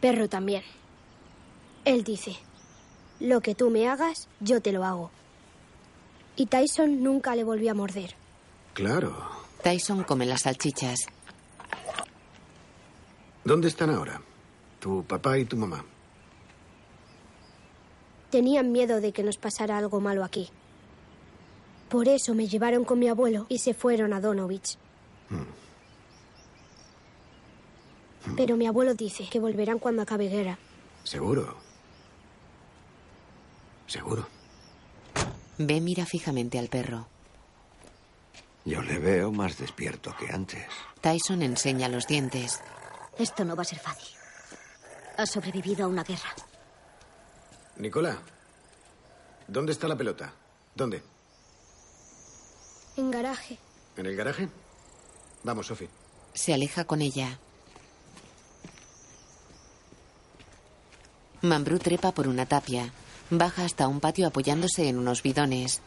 Speaker 12: Perro también. Él dice, lo que tú me hagas, yo te lo hago. Y Tyson nunca le volvió a morder.
Speaker 10: Claro.
Speaker 2: Tyson come las salchichas.
Speaker 10: ¿Dónde están ahora? Tu papá y tu mamá.
Speaker 12: Tenían miedo de que nos pasara algo malo aquí. Por eso me llevaron con mi abuelo y se fueron a Donovich. Pero mi abuelo dice que volverán cuando acabe guerra.
Speaker 10: Seguro. Seguro.
Speaker 2: B mira fijamente al perro.
Speaker 6: Yo le veo más despierto que antes.
Speaker 2: Tyson enseña los dientes.
Speaker 16: Esto no va a ser fácil. Has sobrevivido a una guerra.
Speaker 10: Nicola, ¿dónde está la pelota? ¿Dónde?
Speaker 12: En garaje.
Speaker 10: ¿En el garaje? Vamos, Sophie.
Speaker 2: Se aleja con ella. Mambrú trepa por una tapia. Baja hasta un patio apoyándose en unos bidones.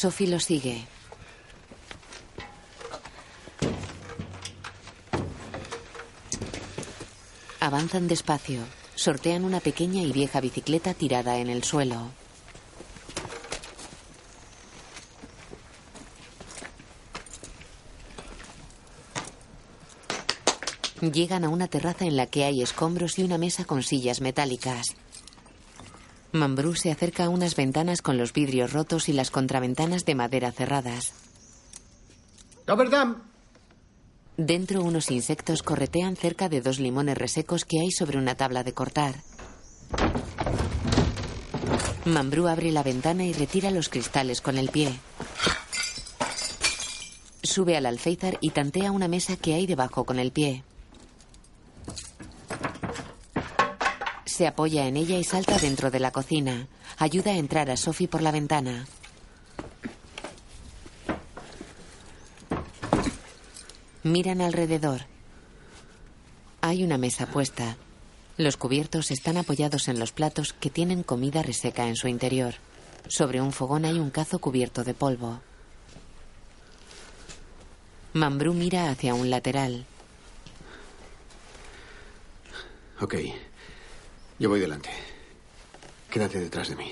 Speaker 2: Sophie lo sigue. Avanzan despacio. Sortean una pequeña y vieja bicicleta tirada en el suelo. Llegan a una terraza en la que hay escombros y una mesa con sillas metálicas. Mambrú se acerca a unas ventanas con los vidrios rotos y las contraventanas de madera cerradas.
Speaker 10: ¡Rotterdam!
Speaker 2: Dentro unos insectos corretean cerca de dos limones resecos que hay sobre una tabla de cortar. Mambrú abre la ventana y retira los cristales con el pie. Sube al alféizar y tantea una mesa que hay debajo con el pie. Se apoya en ella y salta dentro de la cocina. Ayuda a entrar a Sophie por la ventana. Miran alrededor. Hay una mesa puesta. Los cubiertos están apoyados en los platos que tienen comida reseca en su interior. Sobre un fogón hay un cazo cubierto de polvo. Mambrú mira hacia un lateral.
Speaker 10: Ok. Yo voy delante. Quédate detrás de mí.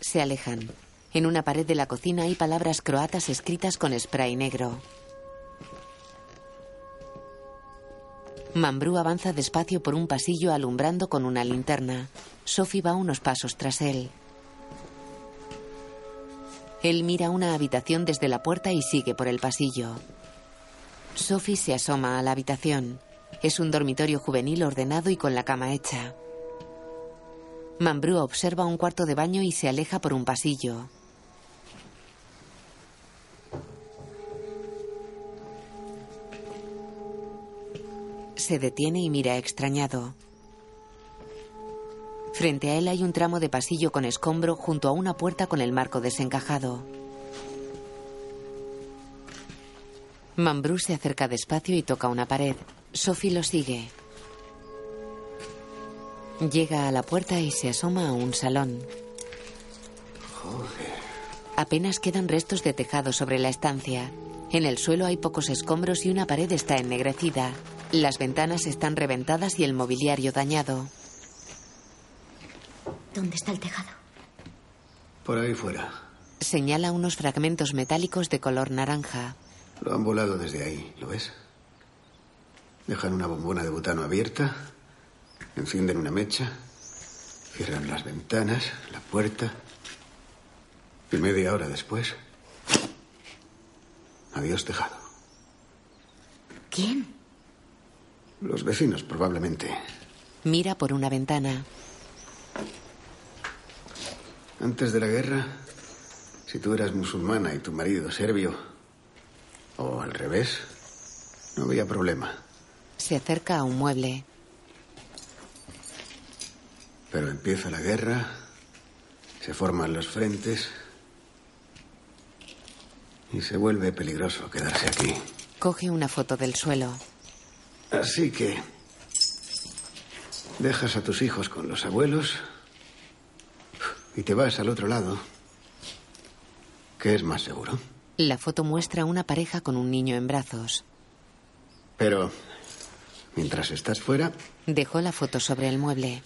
Speaker 2: Se alejan. En una pared de la cocina hay palabras croatas escritas con spray negro. Mambrú avanza despacio por un pasillo alumbrando con una linterna. Sophie va unos pasos tras él. Él mira una habitación desde la puerta y sigue por el pasillo. Sophie se asoma a la habitación. Es un dormitorio juvenil ordenado y con la cama hecha. Mambrú observa un cuarto de baño y se aleja por un pasillo. Se detiene y mira extrañado. Frente a él hay un tramo de pasillo con escombro junto a una puerta con el marco desencajado. Mambrú se acerca despacio y toca una pared. Sophie lo sigue. Llega a la puerta y se asoma a un salón. Apenas quedan restos de tejado sobre la estancia. En el suelo hay pocos escombros y una pared está ennegrecida. Las ventanas están reventadas y el mobiliario dañado.
Speaker 7: ¿Dónde está el tejado?
Speaker 10: Por ahí fuera.
Speaker 2: Señala unos fragmentos metálicos de color naranja.
Speaker 10: Lo han volado desde ahí, ¿lo ves? Dejan una bombona de butano abierta, encienden una mecha, cierran las ventanas, la puerta. Y media hora después. Adiós, tejado.
Speaker 7: ¿Quién?
Speaker 10: Los vecinos, probablemente.
Speaker 2: Mira por una ventana.
Speaker 10: Antes de la guerra, si tú eras musulmana y tu marido serbio, o al revés, no había problema.
Speaker 2: Se acerca a un mueble.
Speaker 10: Pero empieza la guerra, se forman los frentes y se vuelve peligroso quedarse aquí.
Speaker 2: Coge una foto del suelo.
Speaker 10: Así que dejas a tus hijos con los abuelos y te vas al otro lado, que es más seguro.
Speaker 2: La foto muestra una pareja con un niño en brazos.
Speaker 10: Pero mientras estás fuera,
Speaker 2: Dejó la foto sobre el mueble.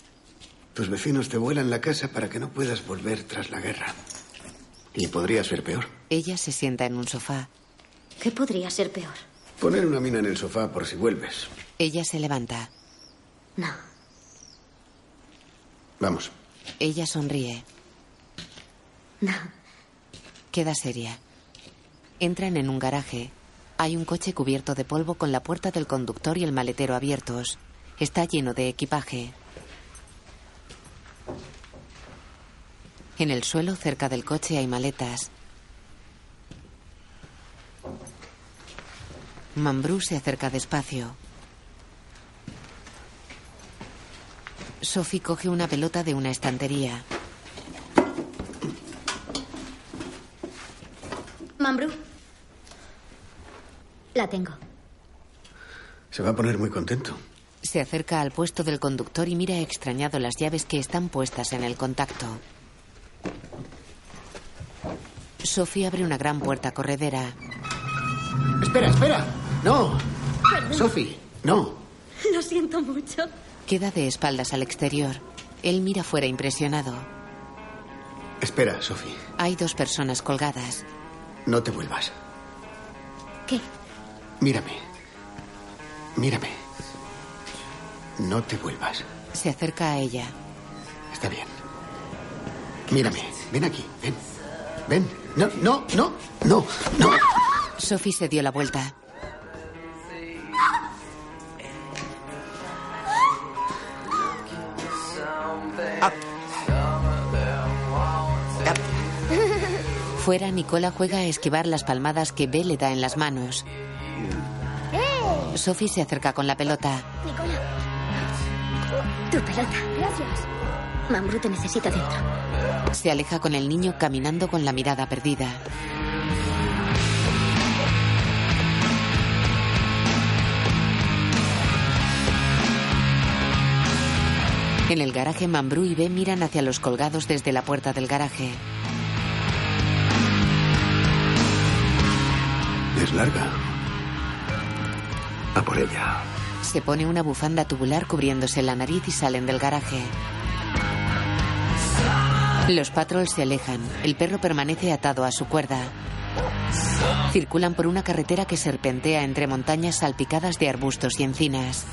Speaker 10: tus vecinos te vuelan la casa para que no puedas volver tras la guerra. Y podría ser peor.
Speaker 2: Ella se sienta en un sofá.
Speaker 7: ¿Qué podría ser peor?
Speaker 10: Poner una mina en el sofá por si vuelves.
Speaker 2: Ella se levanta.
Speaker 7: No.
Speaker 10: Vamos.
Speaker 2: Ella sonríe.
Speaker 7: No.
Speaker 2: Queda seria. Entran en un garaje. Hay un coche cubierto de polvo con la puerta del conductor y el maletero abiertos. Está lleno de equipaje. En el suelo cerca del coche hay maletas. Mambrú se acerca despacio. Sophie coge una pelota de una estantería.
Speaker 7: Mambrú. La tengo.
Speaker 10: Se va a poner muy contento.
Speaker 2: Se acerca al puesto del conductor y mira extrañado las llaves que están puestas en el contacto. Sophie abre una gran puerta corredera.
Speaker 10: Espera, espera. No. Sophie, no.
Speaker 7: Lo siento mucho.
Speaker 2: Queda de espaldas al exterior. Él mira fuera impresionado.
Speaker 10: Espera, Sophie.
Speaker 2: Hay dos personas colgadas.
Speaker 10: No te vuelvas.
Speaker 7: ¿Qué?
Speaker 10: Mírame. Mírame. No te vuelvas.
Speaker 2: Se acerca a ella.
Speaker 10: Está bien. Mírame, ven aquí, ven. Ven. No, no, no, no, no.
Speaker 2: Sophie se dio la vuelta. Fuera, Nicola juega a esquivar las palmadas que B le da en las manos. Sophie se acerca con la pelota.
Speaker 7: Nicola,
Speaker 16: Tu pelota.
Speaker 7: gracias.
Speaker 16: Mambrú te necesita dentro.
Speaker 2: Se aleja con el niño caminando con la mirada perdida. En el garaje, Mambrú y B miran hacia los colgados desde la puerta del garaje.
Speaker 10: Es larga. A por ella.
Speaker 2: Se pone una bufanda tubular cubriéndose la nariz y salen del garaje. Los patrols se alejan. El perro permanece atado a su cuerda. Circulan por una carretera que serpentea entre montañas salpicadas de arbustos y encinas.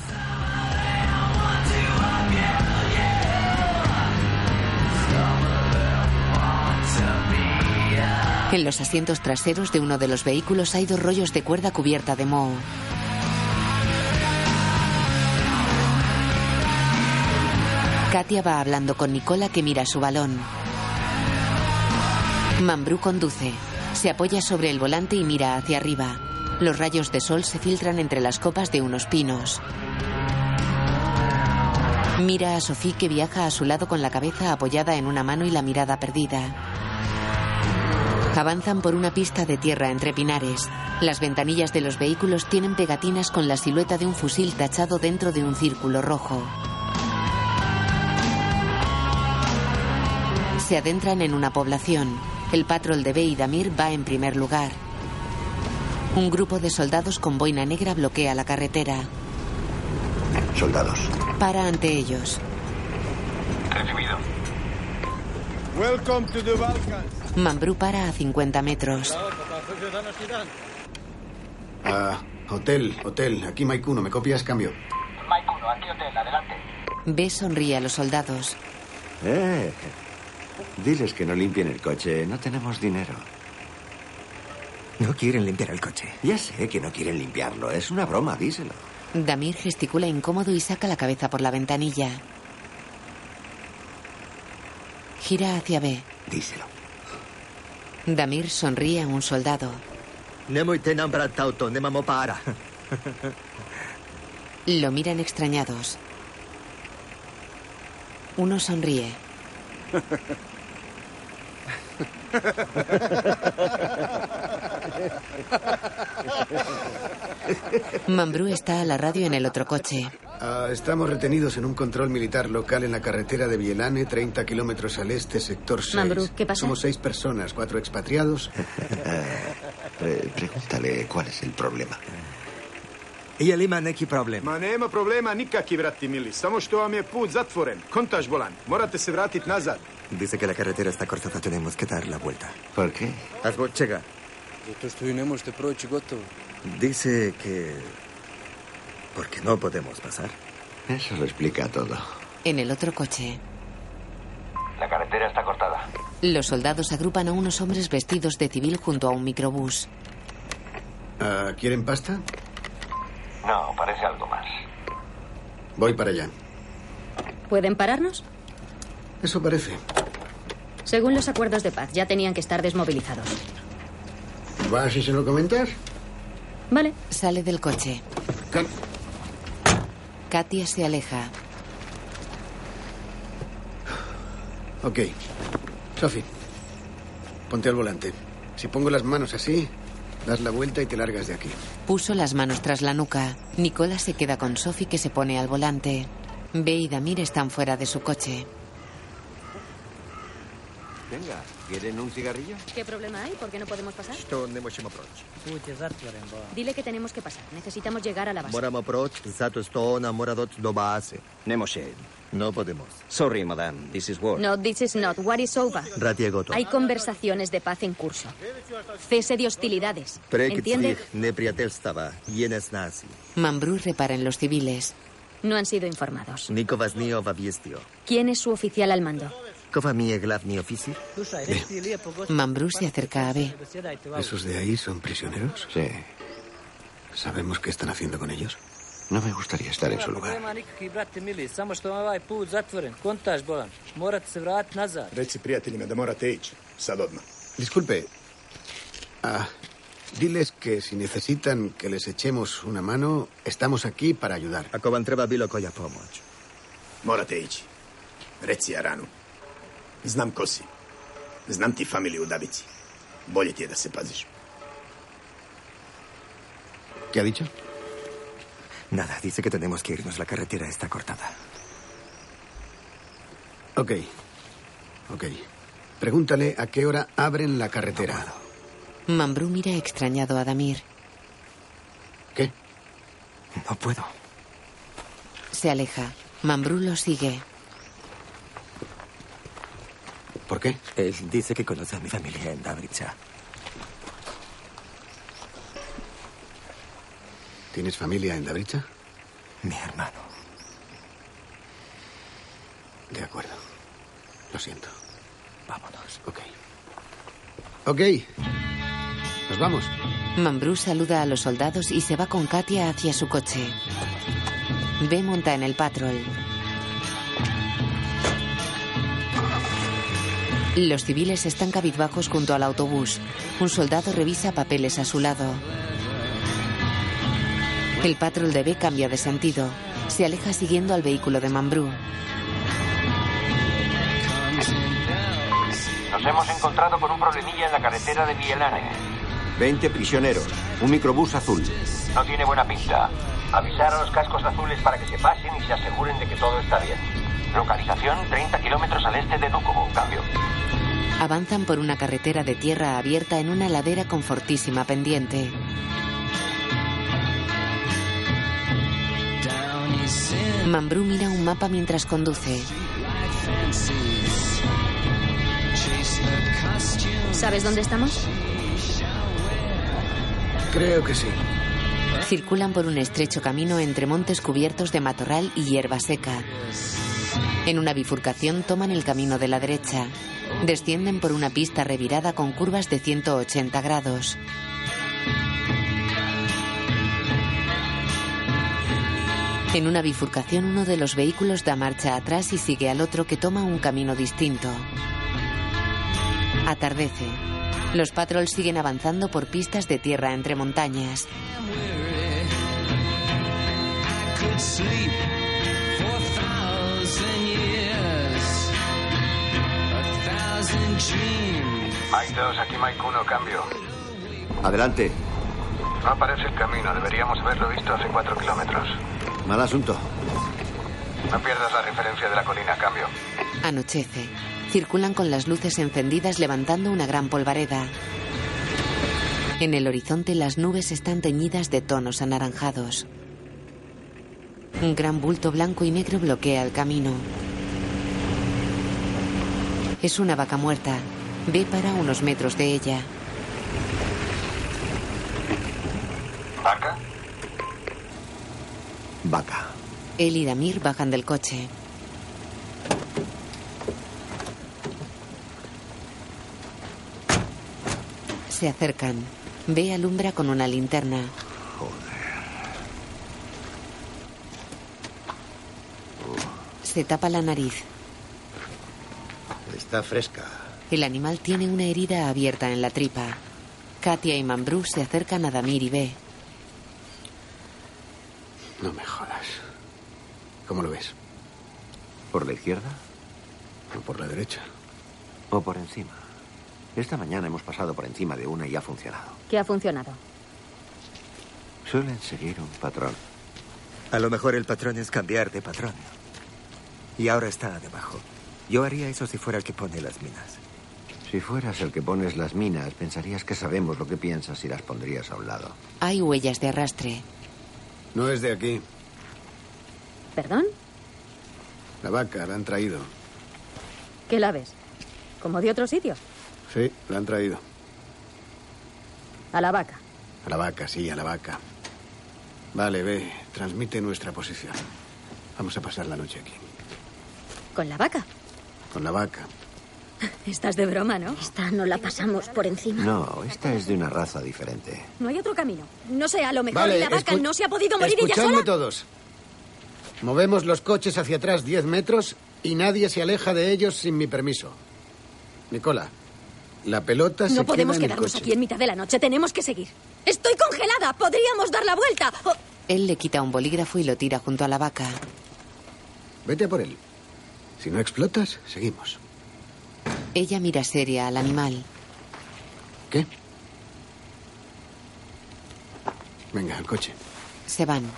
Speaker 2: En los asientos traseros de uno de los vehículos hay dos rollos de cuerda cubierta de moho. Katia va hablando con Nicola que mira su balón. Mambrú conduce. Se apoya sobre el volante y mira hacia arriba. Los rayos de sol se filtran entre las copas de unos pinos. Mira a Sofía que viaja a su lado con la cabeza apoyada en una mano y la mirada perdida. Avanzan por una pista de tierra entre pinares. Las ventanillas de los vehículos tienen pegatinas con la silueta de un fusil tachado dentro de un círculo rojo. Se adentran en una población. El patrol de B y Damir va en primer lugar. Un grupo de soldados con boina negra bloquea la carretera.
Speaker 6: Soldados.
Speaker 2: Para ante ellos.
Speaker 5: Recibido.
Speaker 22: Welcome to the Balkans.
Speaker 2: Mambrú para a 50 metros.
Speaker 10: Ah, hotel, hotel. Aquí Mike 1, ¿me copias? Cambio.
Speaker 5: Mike 1, aquí hotel, adelante.
Speaker 2: B sonríe a los soldados.
Speaker 6: Eh. Diles que no limpien el coche. No tenemos dinero. No quieren limpiar el coche. Ya sé que no quieren limpiarlo. Es una broma, díselo.
Speaker 2: Damir gesticula incómodo y saca la cabeza por la ventanilla. Gira hacia B.
Speaker 6: Díselo.
Speaker 2: Damir sonríe a un soldado.
Speaker 4: Nemo y tenam para tauto, nemamo para.
Speaker 2: Lo miran extrañados. Uno sonríe. Mambrú está a la radio en el otro coche.
Speaker 10: Ah, estamos retenidos en un control militar local en la carretera de Bielane, 30 kilómetros al este, sector 6.
Speaker 16: Mambrú, ¿qué pasa?
Speaker 10: Somos seis personas, cuatro expatriados.
Speaker 6: Eh, Pre- pregúntale cuál es el problema.
Speaker 15: Je li ima neki problem?
Speaker 22: Ma nema problema nikakvi, vrati mili. Samo što vam je put zatvoren. Kontaž bolan. Morate se vratiti nazad.
Speaker 15: Dice que la carretera está cortada, tenemos que dar la vuelta.
Speaker 6: ¿Por qué?
Speaker 15: Algo llega.
Speaker 22: Zato što ju ne možete proći gotovo.
Speaker 15: Dice que... Porque no podemos pasar.
Speaker 6: Eso lo explica todo.
Speaker 2: En el otro coche,
Speaker 5: La carretera está cortada.
Speaker 2: los soldados agrupan a unos hombres vestidos de civil junto a un microbús.
Speaker 10: Ah, ¿Quieren pasta?
Speaker 5: No, parece algo más.
Speaker 10: Voy para allá.
Speaker 16: ¿Pueden pararnos?
Speaker 10: Eso parece.
Speaker 16: Según los acuerdos de paz, ya tenían que estar desmovilizados.
Speaker 10: ¿Vas y se lo comentas?
Speaker 16: Vale.
Speaker 2: Sale del coche. Katia se aleja.
Speaker 10: Ok. Sophie, ponte al volante. Si pongo las manos así, das la vuelta y te largas de aquí.
Speaker 2: Puso las manos tras la nuca. Nicola se queda con Sophie que se pone al volante. B y Damir están fuera de su coche.
Speaker 6: Venga, ¿quieren un cigarrillo?
Speaker 16: ¿Qué problema hay? ¿Por qué no podemos pasar?
Speaker 4: Što nemo ćemo proći.
Speaker 16: Dile que tenemos que pasar. Necesitamos llegar a la base.
Speaker 4: Moramo proći, zato što ona mora doći do base. Nemo No podemos. Sorry, madame. This is war.
Speaker 16: No, this is not. What is over?
Speaker 4: Rat je gotov.
Speaker 16: Hay conversaciones de paz en curso. Cese de hostilidades.
Speaker 4: Prekid
Speaker 16: ¿Entiende?
Speaker 4: svih neprijateljstava je nesnazi.
Speaker 2: Mambrú repara en los civiles.
Speaker 16: No han sido informados.
Speaker 4: Niko vas nije obavijestio.
Speaker 16: ¿Quién es su oficial al mando?
Speaker 15: Kova mi je glavni oficir?
Speaker 2: Mambrú se acerca a B.
Speaker 10: ¿Esos de ahí son prisioneros? Sí. ¿Sabemos qué están haciendo con ellos? No me gustaría estar en su
Speaker 23: Nema nikakvih, brate mili, samo što vam je ovaj put zatvoren. Kontaš, Bolan. Morate se vratiti nazad.
Speaker 22: Reci prijateljima da morate ići. Sad odmah.
Speaker 10: Disculpe. Ah, diles que si necesitan que les echemos una mano, estamos aquí para ayudar.
Speaker 4: Ako vam treba bilo koja pomoć.
Speaker 22: Morate ići. Reci Aranu. Znam ko si. Znam ti familiju u Dabici. Bolje ti je da se paziš.
Speaker 10: ¿Qué ha dicho?
Speaker 15: Nada, dice que tenemos que irnos. La carretera está cortada.
Speaker 10: Ok. Ok. Pregúntale a qué hora abren la carretera.
Speaker 2: Mambrú mira extrañado a Damir.
Speaker 10: ¿Qué?
Speaker 15: No puedo.
Speaker 2: Se aleja. Mambrú lo sigue.
Speaker 10: ¿Por qué?
Speaker 15: Él dice que conoce a mi familia en Dabrica.
Speaker 10: ¿Tienes familia en Dabricha?
Speaker 15: Mi hermano.
Speaker 10: De acuerdo. Lo siento.
Speaker 15: Vámonos.
Speaker 10: Ok. Ok. Nos vamos.
Speaker 2: Mambrú saluda a los soldados y se va con Katia hacia su coche. B monta en el patrol. Los civiles están cabizbajos junto al autobús. Un soldado revisa papeles a su lado. El patrol de B cambia de sentido. Se aleja siguiendo al vehículo de Mambrú.
Speaker 5: Nos hemos encontrado con un problemilla en la carretera de Vielanes.
Speaker 6: 20 prisioneros, un microbús azul.
Speaker 5: No tiene buena pinta. Avisar a los cascos azules para que se pasen y se aseguren de que todo está bien. Localización 30 kilómetros al este de Ducobo. Cambio.
Speaker 2: Avanzan por una carretera de tierra abierta en una ladera con fortísima pendiente. Mambrú mira un mapa mientras conduce.
Speaker 16: ¿Sabes dónde estamos?
Speaker 10: Creo que sí.
Speaker 2: Circulan por un estrecho camino entre montes cubiertos de matorral y hierba seca. En una bifurcación toman el camino de la derecha. Descienden por una pista revirada con curvas de 180 grados. En una bifurcación uno de los vehículos da marcha atrás y sigue al otro que toma un camino distinto. Atardece. Los patrols siguen avanzando por pistas de tierra entre montañas.
Speaker 5: Mike 2, aquí Mike 1, cambio.
Speaker 6: Adelante.
Speaker 5: No aparece el camino, deberíamos haberlo visto hace 4 kilómetros.
Speaker 6: Mal asunto.
Speaker 5: No pierdas la referencia de la colina, cambio.
Speaker 2: Anochece. Circulan con las luces encendidas levantando una gran polvareda. En el horizonte las nubes están teñidas de tonos anaranjados. Un gran bulto blanco y negro bloquea el camino. Es una vaca muerta. Ve para unos metros de ella.
Speaker 5: ¿Vaca?
Speaker 6: Vaca.
Speaker 2: Él y Damir bajan del coche. Se acercan. Ve alumbra con una linterna. Se tapa la nariz.
Speaker 4: Está fresca.
Speaker 2: El animal tiene una herida abierta en la tripa. Katia y Mambrú se acercan a Damir y B.
Speaker 10: No me jodas. ¿Cómo lo ves?
Speaker 6: ¿Por la izquierda?
Speaker 10: ¿O por la derecha?
Speaker 6: ¿O por encima? Esta mañana hemos pasado por encima de una y ha funcionado.
Speaker 16: ¿Qué ha funcionado?
Speaker 6: Suelen seguir un patrón.
Speaker 15: A lo mejor el patrón es cambiar de patrón. Y ahora está debajo. Yo haría eso si fuera el que pone las minas.
Speaker 6: Si fueras el que pones las minas, pensarías que sabemos lo que piensas y las pondrías a un lado.
Speaker 2: Hay huellas de arrastre.
Speaker 10: No es de aquí.
Speaker 16: ¿Perdón?
Speaker 10: La vaca la han traído.
Speaker 16: ¿Qué la ves? ¿Como de otro sitio?
Speaker 10: Sí, la han traído.
Speaker 16: A la vaca.
Speaker 10: A la vaca, sí, a la vaca. Vale, ve, transmite nuestra posición. Vamos a pasar la noche aquí.
Speaker 16: ¿Con la vaca?
Speaker 10: Con la vaca.
Speaker 16: Estás de broma, ¿no?
Speaker 7: Esta no la pasamos por encima.
Speaker 6: No, esta es de una raza diferente.
Speaker 16: No hay otro camino. No sé, a lo mejor
Speaker 10: Vale,
Speaker 16: la vaca
Speaker 10: escu-
Speaker 16: no se ha podido morir ella
Speaker 10: Escuchadme
Speaker 16: sola.
Speaker 10: todos. Movemos los coches hacia atrás 10 metros y nadie se aleja de ellos sin mi permiso. Nicola, la pelota se
Speaker 16: No podemos
Speaker 10: queda en el
Speaker 16: quedarnos
Speaker 10: coche.
Speaker 16: aquí en mitad de la noche. Tenemos que seguir. Estoy congelada. Podríamos dar la vuelta. O-
Speaker 2: Él le quita un bolígrafo y lo tira junto a la vaca.
Speaker 10: Vete a por él. Si no explotas, seguimos.
Speaker 2: Ella mira seria al animal.
Speaker 10: ¿Qué? Venga, al coche.
Speaker 2: Se van.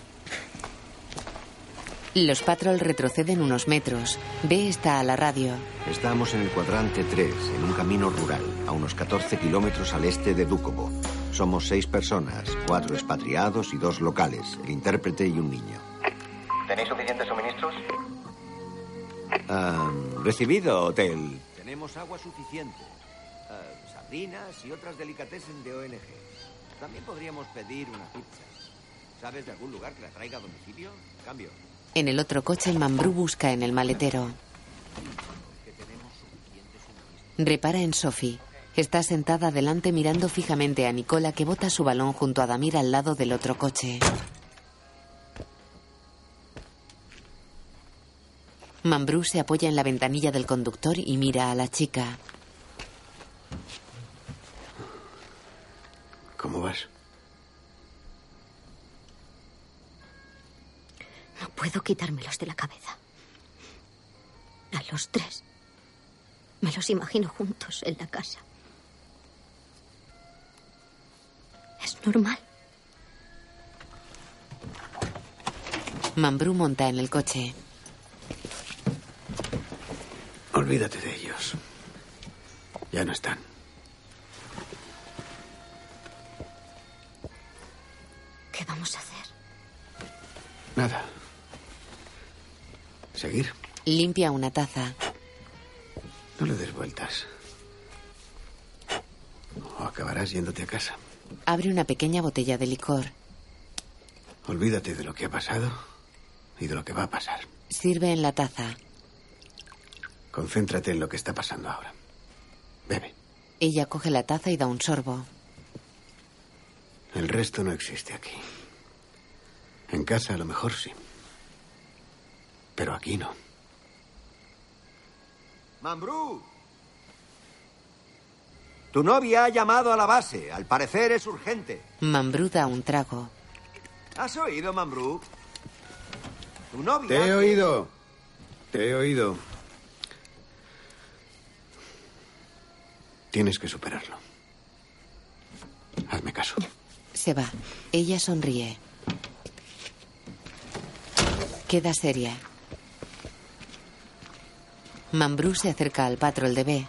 Speaker 2: Los patrol retroceden unos metros. B está a la radio.
Speaker 6: Estamos en el cuadrante 3, en un camino rural, a unos 14 kilómetros al este de Dúkovo. Somos seis personas, cuatro expatriados y dos locales, el intérprete y un niño.
Speaker 4: ¿Tenéis suficientes suministros?
Speaker 6: Ah, recibido, hotel. Tenemos agua suficiente. Ah, sardinas y otras delicatessen de ONG. También podríamos pedir una pizza. ¿Sabes de algún lugar que la traiga a domicilio? Cambio.
Speaker 2: En el otro coche, Mambrú busca en el maletero. Repara en Sophie. Está sentada adelante mirando fijamente a Nicola que bota su balón junto a Damir al lado del otro coche. Mambrú se apoya en la ventanilla del conductor y mira a la chica.
Speaker 10: ¿Cómo vas?
Speaker 7: No puedo quitármelos de la cabeza. A los tres. Me los imagino juntos en la casa. Es normal.
Speaker 2: Mambrú monta en el coche.
Speaker 10: Olvídate de ellos. Ya no están.
Speaker 7: ¿Qué vamos a hacer?
Speaker 10: Nada. Seguir.
Speaker 2: Limpia una taza.
Speaker 10: No le des vueltas. O acabarás yéndote a casa.
Speaker 2: Abre una pequeña botella de licor.
Speaker 10: Olvídate de lo que ha pasado y de lo que va a pasar.
Speaker 2: Sirve en la taza.
Speaker 10: Concéntrate en lo que está pasando ahora. Bebe.
Speaker 2: Ella coge la taza y da un sorbo.
Speaker 10: El resto no existe aquí. En casa a lo mejor sí. Pero aquí no.
Speaker 6: ¡Mambrú! Tu novia ha llamado a la base. Al parecer es urgente.
Speaker 2: Mambrú da un trago.
Speaker 6: ¿Has oído, Mambrú? Tu novia...
Speaker 10: Te he oído. Te he oído. Tienes que superarlo. Hazme caso.
Speaker 2: Se va. Ella sonríe. Queda seria. Mambrú se acerca al patrol de B.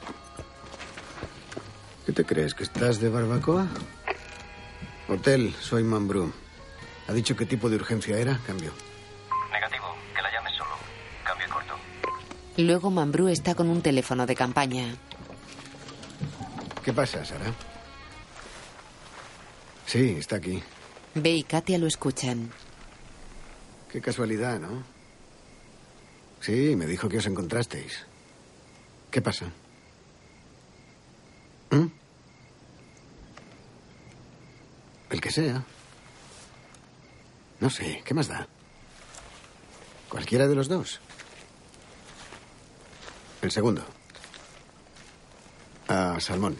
Speaker 10: ¿Qué te crees? ¿Que estás de barbacoa? Hotel, soy Mambrú. ¿Ha dicho qué tipo de urgencia era? Cambio.
Speaker 4: Negativo, que la llames solo. Cambio y corto.
Speaker 2: Luego Mambrú está con un teléfono de campaña.
Speaker 10: ¿Qué pasa, Sara? Sí, está aquí.
Speaker 2: B y Katia lo escuchan.
Speaker 10: Qué casualidad, ¿no? Sí, me dijo que os encontrasteis. ¿Qué pasa? ¿Mm? El que sea. No sé, ¿qué más da? ¿Cualquiera de los dos? El segundo. A Salmón.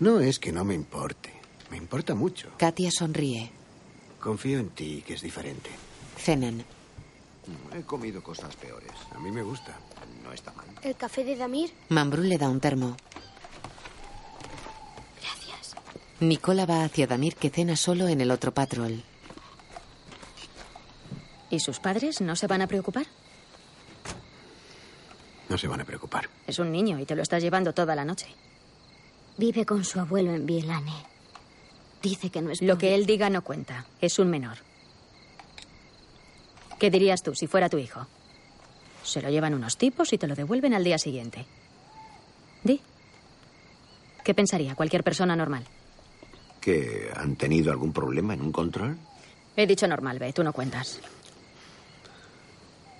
Speaker 10: No es que no me importe. Me importa mucho.
Speaker 2: Katia sonríe.
Speaker 10: Confío en ti, que es diferente.
Speaker 2: Cenan.
Speaker 6: He comido cosas peores.
Speaker 10: A mí me gusta.
Speaker 6: No está mal.
Speaker 24: El café de Damir,
Speaker 2: Mambrú le da un termo. Nicola va hacia Damir que cena solo en el otro patrol.
Speaker 16: ¿Y sus padres no se van a preocupar?
Speaker 10: No se van a preocupar.
Speaker 16: Es un niño y te lo estás llevando toda la noche.
Speaker 7: Vive con su abuelo en Bielane. Dice que no es...
Speaker 16: Lo que él diga no cuenta. Es un menor. ¿Qué dirías tú si fuera tu hijo? Se lo llevan unos tipos y te lo devuelven al día siguiente. Di. ¿Qué pensaría cualquier persona normal?
Speaker 6: ¿Que han tenido algún problema en un control?
Speaker 16: He dicho normal, ve, tú no cuentas.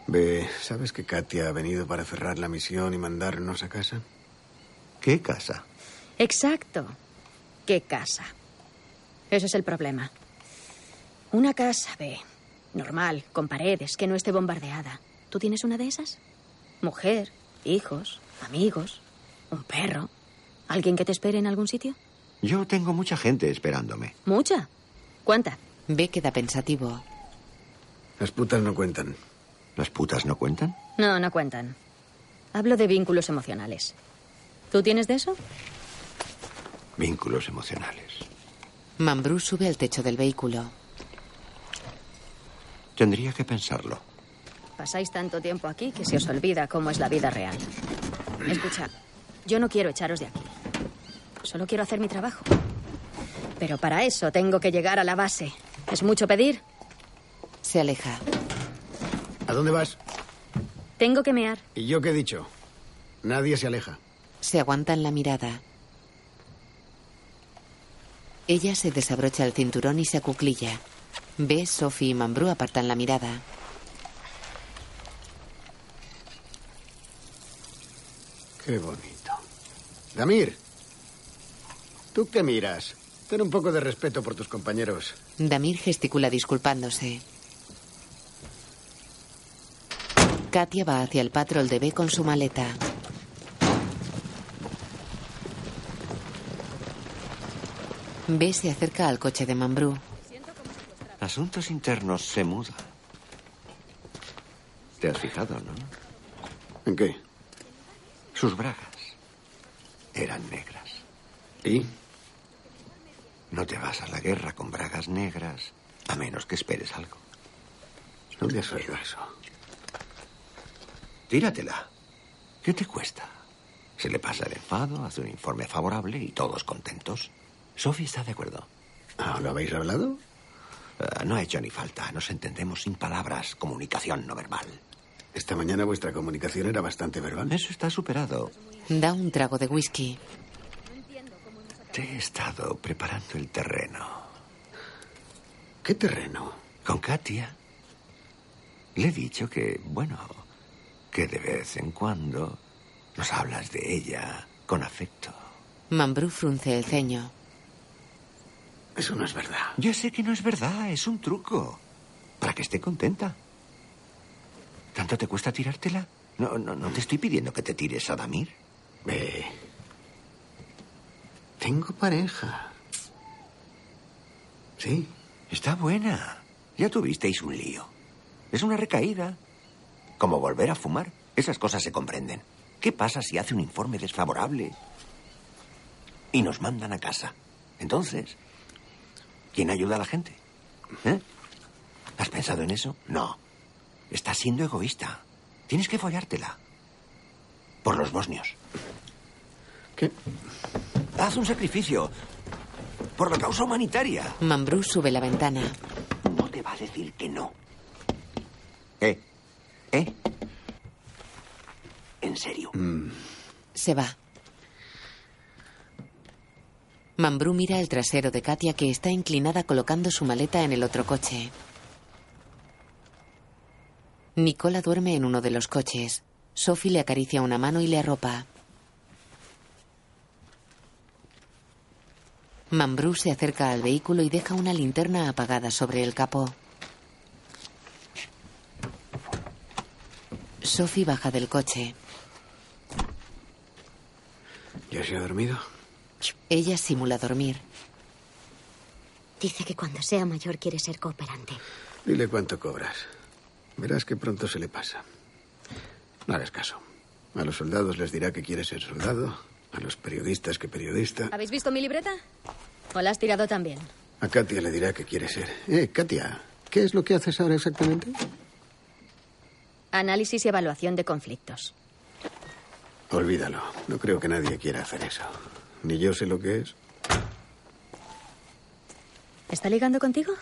Speaker 10: Ve, ¿sabes que Katia ha venido para cerrar la misión y mandarnos a casa?
Speaker 25: ¿Qué casa?
Speaker 16: Exacto. ¿Qué casa? Ese es el problema. Una casa, ve. Normal, con paredes, que no esté bombardeada. ¿Tú tienes una de esas? Mujer, hijos, amigos, un perro. ¿Alguien que te espere en algún sitio?
Speaker 6: Yo tengo mucha gente esperándome.
Speaker 16: Mucha. ¿Cuánta?
Speaker 2: Ve queda pensativo.
Speaker 10: Las putas no cuentan.
Speaker 6: ¿Las putas no cuentan?
Speaker 16: No, no cuentan. Hablo de vínculos emocionales. ¿Tú tienes de eso?
Speaker 6: Vínculos emocionales.
Speaker 2: Mambrú sube al techo del vehículo.
Speaker 6: Tendría que pensarlo.
Speaker 16: Pasáis tanto tiempo aquí que se os olvida cómo es la vida real. Escucha, yo no quiero echaros de aquí. Solo quiero hacer mi trabajo. Pero para eso tengo que llegar a la base. ¿Es mucho pedir?
Speaker 2: Se aleja.
Speaker 10: ¿A dónde vas?
Speaker 16: Tengo que mear.
Speaker 10: ¿Y yo qué he dicho? Nadie se aleja.
Speaker 2: Se aguantan la mirada. Ella se desabrocha el cinturón y se acuclilla. Ve, Sophie y Mambrú apartan la mirada.
Speaker 10: Qué bonito. Damir, ¿tú qué miras? Ten un poco de respeto por tus compañeros.
Speaker 2: Damir gesticula disculpándose. Katia va hacia el patrol de B con su maleta. B se acerca al coche de Mambrú.
Speaker 6: Asuntos internos se muda. Te has fijado, ¿no?
Speaker 10: ¿En qué?
Speaker 6: Sus bragas eran negras.
Speaker 10: ¿Y?
Speaker 6: No te vas a la guerra con bragas negras a menos que esperes algo.
Speaker 10: ¿Dónde has oído eso?
Speaker 6: Tíratela. ¿Qué te cuesta? Se le pasa el enfado, hace un informe favorable y todos contentos. Sophie está de acuerdo.
Speaker 10: Ah, ¿Lo habéis hablado?
Speaker 6: Eh, no ha hecho ni falta. Nos entendemos sin palabras. Comunicación no verbal.
Speaker 10: Esta mañana vuestra comunicación era bastante verbal.
Speaker 6: Eso está superado.
Speaker 2: Da un trago de whisky.
Speaker 6: Te he estado preparando el terreno.
Speaker 10: ¿Qué terreno?
Speaker 6: Con Katia. Le he dicho que, bueno, que de vez en cuando nos hablas de ella con afecto.
Speaker 2: Mambrú frunce el ceño.
Speaker 10: Eso no es verdad.
Speaker 6: Ya sé que no es verdad, es un truco. Para que esté contenta. ¿Tanto te cuesta tirártela? No, no, no te estoy pidiendo que te tires a Damir.
Speaker 10: Ve. Tengo pareja. Sí.
Speaker 6: Está buena. Ya tuvisteis un lío. Es una recaída. Como volver a fumar. Esas cosas se comprenden. ¿Qué pasa si hace un informe desfavorable? Y nos mandan a casa. Entonces, ¿Quién ayuda a la gente? ¿Eh? ¿Has pensado en eso? No. Estás siendo egoísta. Tienes que follártela. Por los bosnios.
Speaker 10: ¿Qué?
Speaker 6: Haz un sacrificio. Por la causa humanitaria.
Speaker 2: Mambrú sube la ventana.
Speaker 6: No te va a decir que no. ¿Eh? ¿Eh? ¿En serio?
Speaker 10: Mm.
Speaker 2: Se va. Mambrú mira el trasero de Katia que está inclinada colocando su maleta en el otro coche. Nicola duerme en uno de los coches. Sophie le acaricia una mano y le arropa. Mambrú se acerca al vehículo y deja una linterna apagada sobre el capó. Sophie baja del coche.
Speaker 10: ¿Ya se ha dormido?
Speaker 2: Ella simula dormir.
Speaker 7: Dice que cuando sea mayor quiere ser cooperante.
Speaker 10: Dile cuánto cobras. Verás que pronto se le pasa. No hagas caso. A los soldados les dirá que quiere ser soldado. A los periodistas que periodista.
Speaker 16: ¿Habéis visto mi libreta? ¿O la has tirado también?
Speaker 10: A Katia le dirá que quiere ser. Eh, Katia, ¿qué es lo que haces ahora exactamente?
Speaker 16: Análisis y evaluación de conflictos.
Speaker 10: Olvídalo. No creo que nadie quiera hacer eso. Ni yo sé lo que es.
Speaker 16: ¿Está ligando contigo?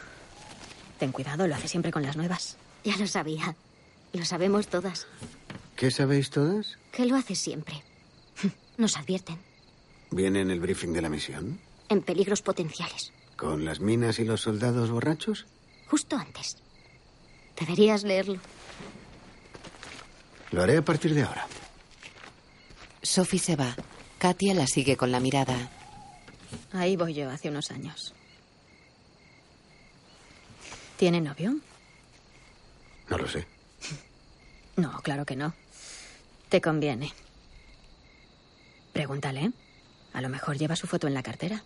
Speaker 16: Ten cuidado, lo hace siempre con las nuevas.
Speaker 7: Ya lo sabía. Lo sabemos todas.
Speaker 10: ¿Qué sabéis todas?
Speaker 7: Que lo hace siempre. Nos advierten.
Speaker 10: ¿Viene en el briefing de la misión?
Speaker 7: En peligros potenciales.
Speaker 10: ¿Con las minas y los soldados borrachos?
Speaker 7: Justo antes. Deberías leerlo.
Speaker 10: Lo haré a partir de ahora.
Speaker 2: Sophie se va. Katia la sigue con la mirada.
Speaker 16: Ahí voy yo hace unos años. ¿Tiene novio?
Speaker 10: No lo sé.
Speaker 16: No, claro que no. Te conviene. Pregúntale. A lo mejor lleva su foto en la cartera.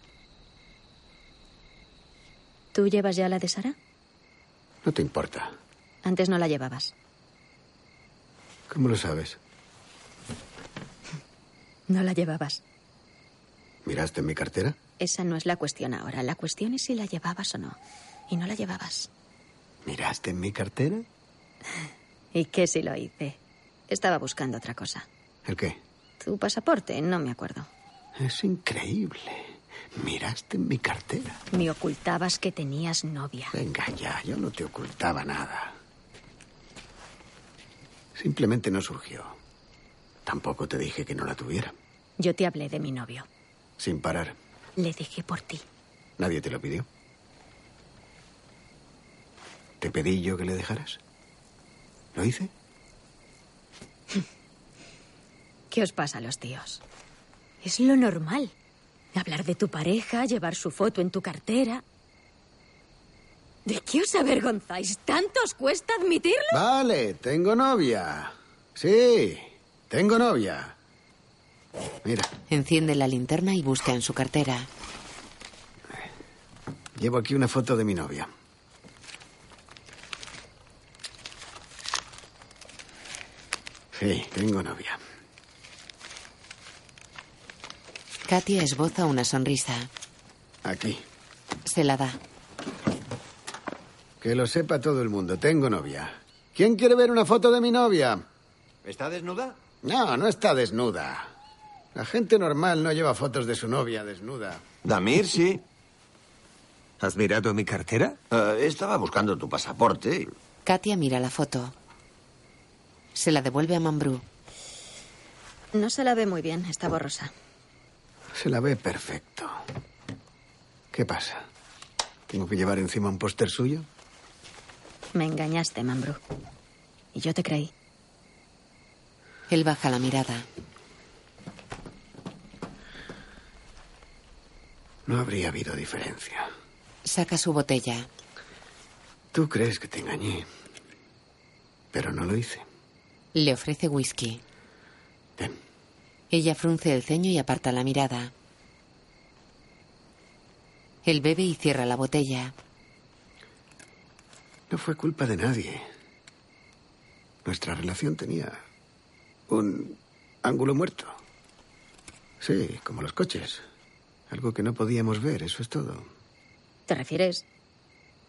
Speaker 16: ¿Tú llevas ya la de Sara?
Speaker 10: No te importa.
Speaker 16: Antes no la llevabas.
Speaker 10: ¿Cómo lo sabes?
Speaker 16: No la llevabas.
Speaker 10: ¿Miraste en mi cartera?
Speaker 16: Esa no es la cuestión ahora. La cuestión es si la llevabas o no. Y no la llevabas.
Speaker 10: ¿Miraste en mi cartera?
Speaker 16: ¿Y qué si lo hice? Estaba buscando otra cosa.
Speaker 10: ¿El qué?
Speaker 16: Tu pasaporte, no me acuerdo.
Speaker 10: Es increíble. Miraste en mi cartera.
Speaker 16: Me ocultabas que tenías novia.
Speaker 10: Venga ya, yo no te ocultaba nada. Simplemente no surgió. Tampoco te dije que no la tuviera.
Speaker 16: Yo te hablé de mi novio.
Speaker 10: Sin parar.
Speaker 16: Le dije por ti.
Speaker 10: Nadie te lo pidió. ¿Te pedí yo que le dejaras? ¿Lo hice?
Speaker 16: ¿Qué os pasa a los tíos? Es lo normal. Hablar de tu pareja, llevar su foto en tu cartera. ¿De qué os avergonzáis? ¿Tanto os cuesta admitirlo?
Speaker 10: Vale, tengo novia. Sí, tengo novia. Mira,
Speaker 2: Enciende la linterna y busca en su cartera.
Speaker 10: llevo aquí una foto de mi novia. Sí, tengo novia.
Speaker 2: Katia esboza una sonrisa.
Speaker 10: Aquí.
Speaker 2: Se la da.
Speaker 10: Que lo sepa todo el mundo. Tengo novia. ¿Quién quiere ver una foto de mi novia?
Speaker 6: ¿Está desnuda?
Speaker 10: No, no está desnuda. La gente normal no lleva fotos de su novia desnuda.
Speaker 6: Damir, sí. ¿Has mirado mi cartera? estaba buscando tu pasaporte.
Speaker 2: Katia mira la foto. Se la devuelve a Mambrú.
Speaker 16: No se la ve muy bien, está borrosa.
Speaker 10: Se la ve perfecto. ¿Qué pasa? ¿Tengo que llevar encima un póster suyo?
Speaker 16: Me engañaste, Mambrú. Y yo te creí.
Speaker 2: Él baja la mirada.
Speaker 10: No habría habido diferencia.
Speaker 2: Saca su botella.
Speaker 10: Tú crees que te engañé, pero no lo hice.
Speaker 2: Le ofrece whisky.
Speaker 10: Ten.
Speaker 2: Ella frunce el ceño y aparta la mirada. Él bebe y cierra la botella.
Speaker 10: No fue culpa de nadie. Nuestra relación tenía un ángulo muerto. Sí, como los coches. Algo que no podíamos ver, eso es todo.
Speaker 16: ¿Te refieres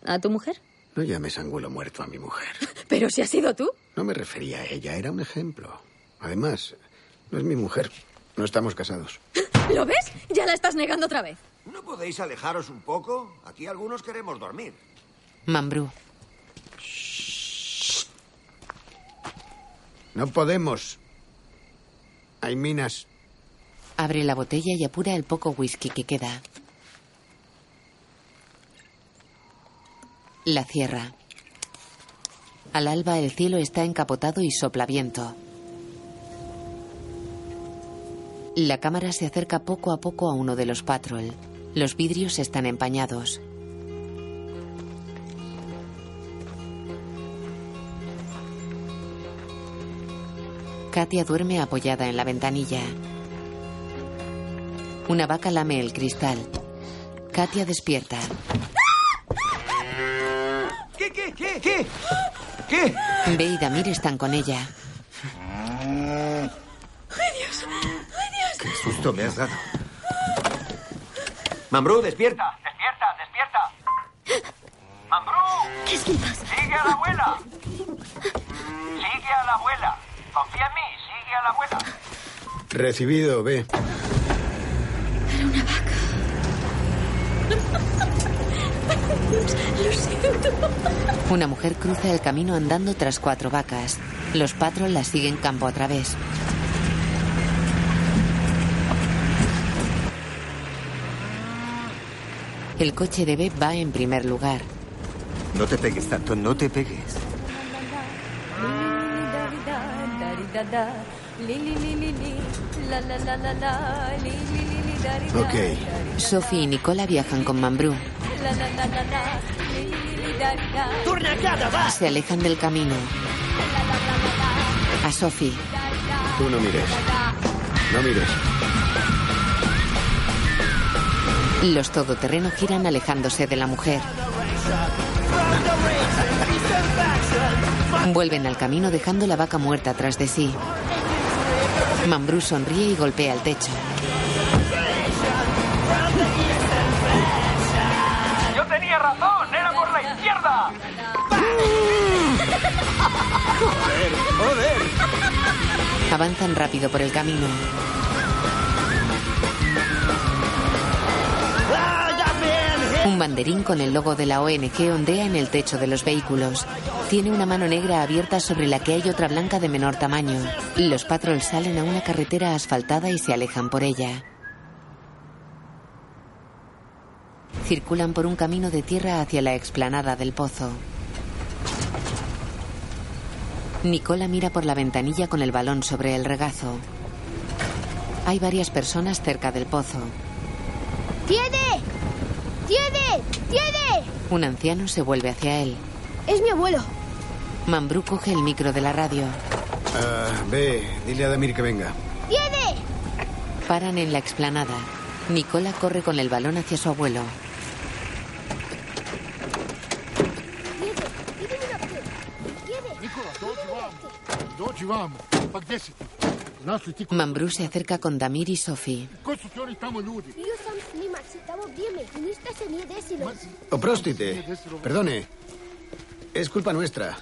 Speaker 16: a tu mujer?
Speaker 10: No llames ángulo muerto a mi mujer.
Speaker 16: Pero si has sido tú.
Speaker 10: No me refería a ella, era un ejemplo. Además, no es mi mujer. No estamos casados.
Speaker 16: ¿Lo ves? Ya la estás negando otra vez.
Speaker 6: ¿No podéis alejaros un poco? Aquí algunos queremos dormir.
Speaker 2: Mambrú.
Speaker 10: No podemos. Hay minas.
Speaker 2: Abre la botella y apura el poco whisky que queda. La cierra. Al alba el cielo está encapotado y sopla viento. La cámara se acerca poco a poco a uno de los patrol. Los vidrios están empañados. Katia duerme apoyada en la ventanilla. Una vaca lame el cristal. Katia despierta.
Speaker 6: ¿Qué, qué, qué, qué? ¿Qué?
Speaker 2: Ve y Damir están con ella.
Speaker 9: ¡Ay, Dios! ¡Ay, Dios!
Speaker 6: Qué susto me has dado. Mambrú, despierta.
Speaker 11: Despierta, despierta. ¡Mambrú!
Speaker 26: ¿Qué es que pasa?
Speaker 11: ¡Sigue a la abuela! ¡Sigue a la abuela! Confía en mí, sigue a la abuela.
Speaker 10: Recibido, ve.
Speaker 9: Lo siento.
Speaker 2: Una mujer cruza el camino andando tras cuatro vacas. Los patrol la siguen campo a través. El coche de B va en primer lugar.
Speaker 6: No te pegues tanto, no te pegues.
Speaker 9: da da, li li li li li, la la la la la, li li li li da li da,
Speaker 2: Sophie y Nicola viajan con Mambrú.
Speaker 9: la la la la la, li li li li da li da.
Speaker 2: Se alejan del camino. A Sophie.
Speaker 10: Tú no mires. No mires.
Speaker 2: Los todoterreno giran alejándose de la mujer. Vuelven al camino dejando la vaca muerta tras de sí. Mambrú sonríe y golpea el techo.
Speaker 11: Yo tenía razón, era por la izquierda.
Speaker 2: Avanzan rápido por el camino. Un banderín con el logo de la ONG ondea en el techo de los vehículos. Tiene una mano negra abierta sobre la que hay otra blanca de menor tamaño. Los patrols salen a una carretera asfaltada y se alejan por ella. Circulan por un camino de tierra hacia la explanada del pozo. Nicola mira por la ventanilla con el balón sobre el regazo. Hay varias personas cerca del pozo.
Speaker 12: ¡Tiene! ¡Tiene! ¡Tiene!
Speaker 2: Un anciano se vuelve hacia él.
Speaker 12: Es mi abuelo.
Speaker 2: Mambrú coge el micro de la radio.
Speaker 10: Ah, ve, dile a Damir que venga.
Speaker 12: ¡Tiene!
Speaker 2: Paran en la explanada. Nicola corre con el balón hacia su abuelo.
Speaker 8: Dođi vamo. Pa gdje si ti? Znaš li ti ko...
Speaker 2: Mambrú se acerca con Damir y Sophie.
Speaker 8: Ko su ti oni tamo ljudi?
Speaker 12: Bio sam snimak i tamo vrijeme i ništa se nije desilo.
Speaker 10: Opróstite. Perdone. Es culpa nuestra.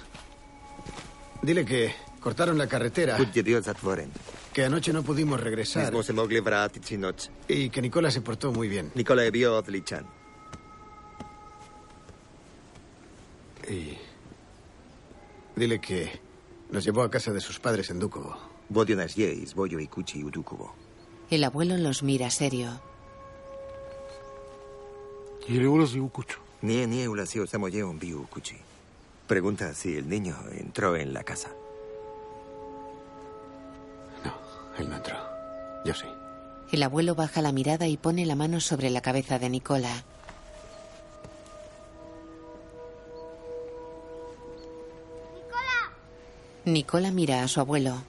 Speaker 10: Dile que cortaron la carretera,
Speaker 4: Kud je dio zatvoren.
Speaker 10: que anoche no pudimos regresar
Speaker 4: Nismo se mogli vratiti noć.
Speaker 10: y que Nicola se portó muy bien.
Speaker 4: Nikola je bio odličan.
Speaker 10: Y dile que nos llevó a casa de sus padres en Dukovo.
Speaker 4: Vodio nas je iz Vojo i kući u Dukovo.
Speaker 2: El abuelo los mira serio.
Speaker 4: Je li ulazi u kuću? Nije, nije ulazio, samo je on bio u kući. Pregunta si el niño entró en la casa.
Speaker 10: Él no entró. Yo sí.
Speaker 2: El abuelo baja la mirada y pone la mano sobre la cabeza de Nicola. Nicola mira a su abuelo.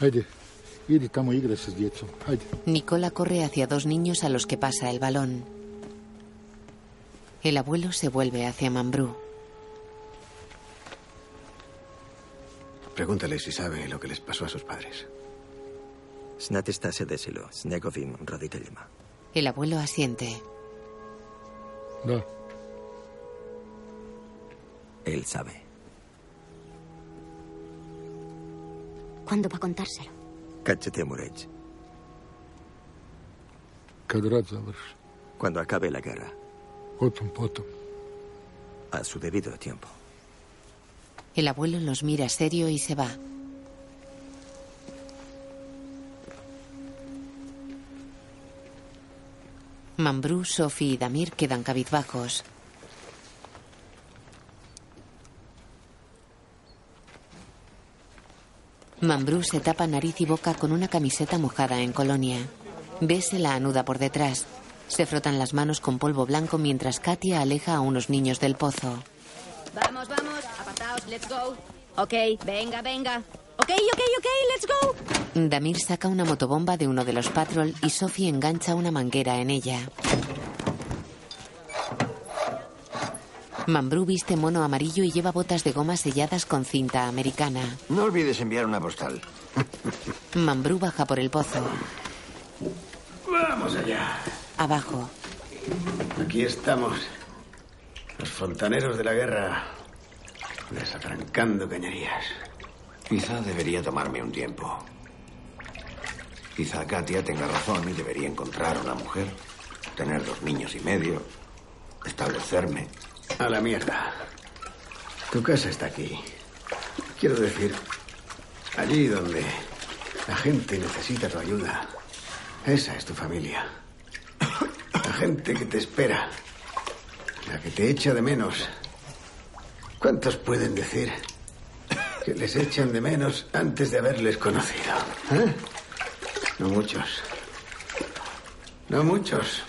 Speaker 8: Hajde, idi tamo igre se s djecom. Hajde.
Speaker 2: Nicola corre hacia dos niños a los que pasa el balón. El abuelo se vuelve hacia Mambrú.
Speaker 10: Pregúntale si sabe lo que les pasó a sus padres.
Speaker 4: Znate šta se desilo s njegovim roditeljima.
Speaker 2: El abuelo asiente.
Speaker 4: Él sabe.
Speaker 7: ¿Cuándo va a contárselo?
Speaker 4: Kad ćete mu reći?
Speaker 8: Kad rat završi.
Speaker 4: Cuando acabe la guerra.
Speaker 8: Otom potom.
Speaker 4: A su debido tiempo.
Speaker 2: El abuelo los mira serio y se va. Mambrú, Sophie y Damir quedan cabizbajos. Mambrú se tapa nariz y boca con una camiseta mojada en colonia. B se la anuda por detrás. Se frotan las manos con polvo blanco mientras Katia aleja a unos niños del pozo.
Speaker 16: Vamos, vamos, apartaos, let's go. Ok, venga, venga. Ok, ok, ok, let's go.
Speaker 2: Damir saca una motobomba de uno de los patrol y Sophie engancha una manguera en ella. Mambrú viste mono amarillo y lleva botas de goma selladas con cinta americana.
Speaker 6: No olvides enviar una postal.
Speaker 2: Mambrú baja por el pozo.
Speaker 10: Vamos allá.
Speaker 2: Abajo.
Speaker 10: Aquí estamos. Los fontaneros de la guerra. Desatrancando cañerías.
Speaker 6: Quizá debería tomarme un tiempo. Quizá Katia tenga razón y debería encontrar una mujer, tener dos niños y medio, establecerme.
Speaker 10: A la mierda. Tu casa está aquí. Quiero decir, allí donde la gente necesita tu ayuda. Esa es tu familia. La gente que te espera. La que te echa de menos. ¿Cuántos pueden decir? que les echan de menos antes de haberles conocido. ¿eh? No muchos. No muchos.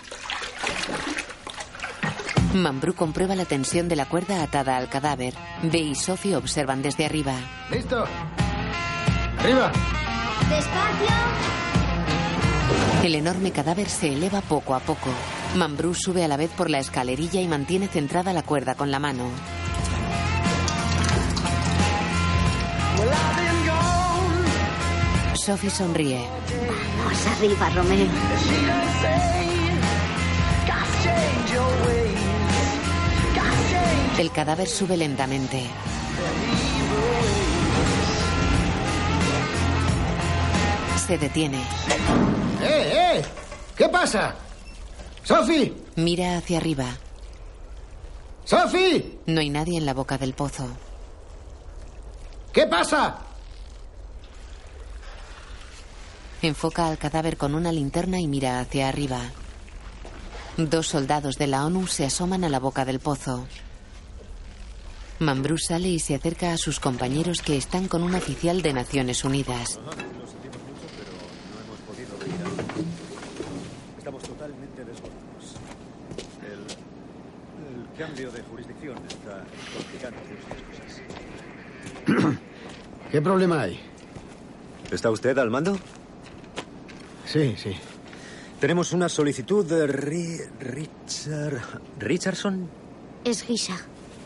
Speaker 2: Mambrú comprueba la tensión de la cuerda atada al cadáver. B y Sophie observan desde arriba.
Speaker 10: ¡Listo! ¡Arriba!
Speaker 11: ¡Despacio!
Speaker 2: El enorme cadáver se eleva poco a poco. Mambrú sube a la vez por la escalerilla y mantiene centrada la cuerda con la mano. Sophie sonríe.
Speaker 7: Vamos arriba, Romeo.
Speaker 2: El cadáver sube lentamente. Se detiene.
Speaker 10: ¡Eh, eh! ¿Qué pasa? ¡Sophie!
Speaker 2: Mira hacia arriba.
Speaker 10: ¡Sophie!
Speaker 2: No hay nadie en la boca del pozo.
Speaker 10: ¿Qué pasa?
Speaker 2: Enfoca al cadáver con una linterna y mira hacia arriba. Dos soldados de la ONU se asoman a la boca del pozo. Mambrú sale y se acerca a sus compañeros que están con un oficial de Naciones Unidas.
Speaker 27: Estamos totalmente desbordados. El, el cambio de jurisdicción está complicando muchas cosas.
Speaker 10: ¿Qué problema hay?
Speaker 15: ¿Está usted al mando?
Speaker 10: Sí, sí.
Speaker 15: Tenemos una solicitud de Ri- Richard. ¿Richardson?
Speaker 7: Es Richard.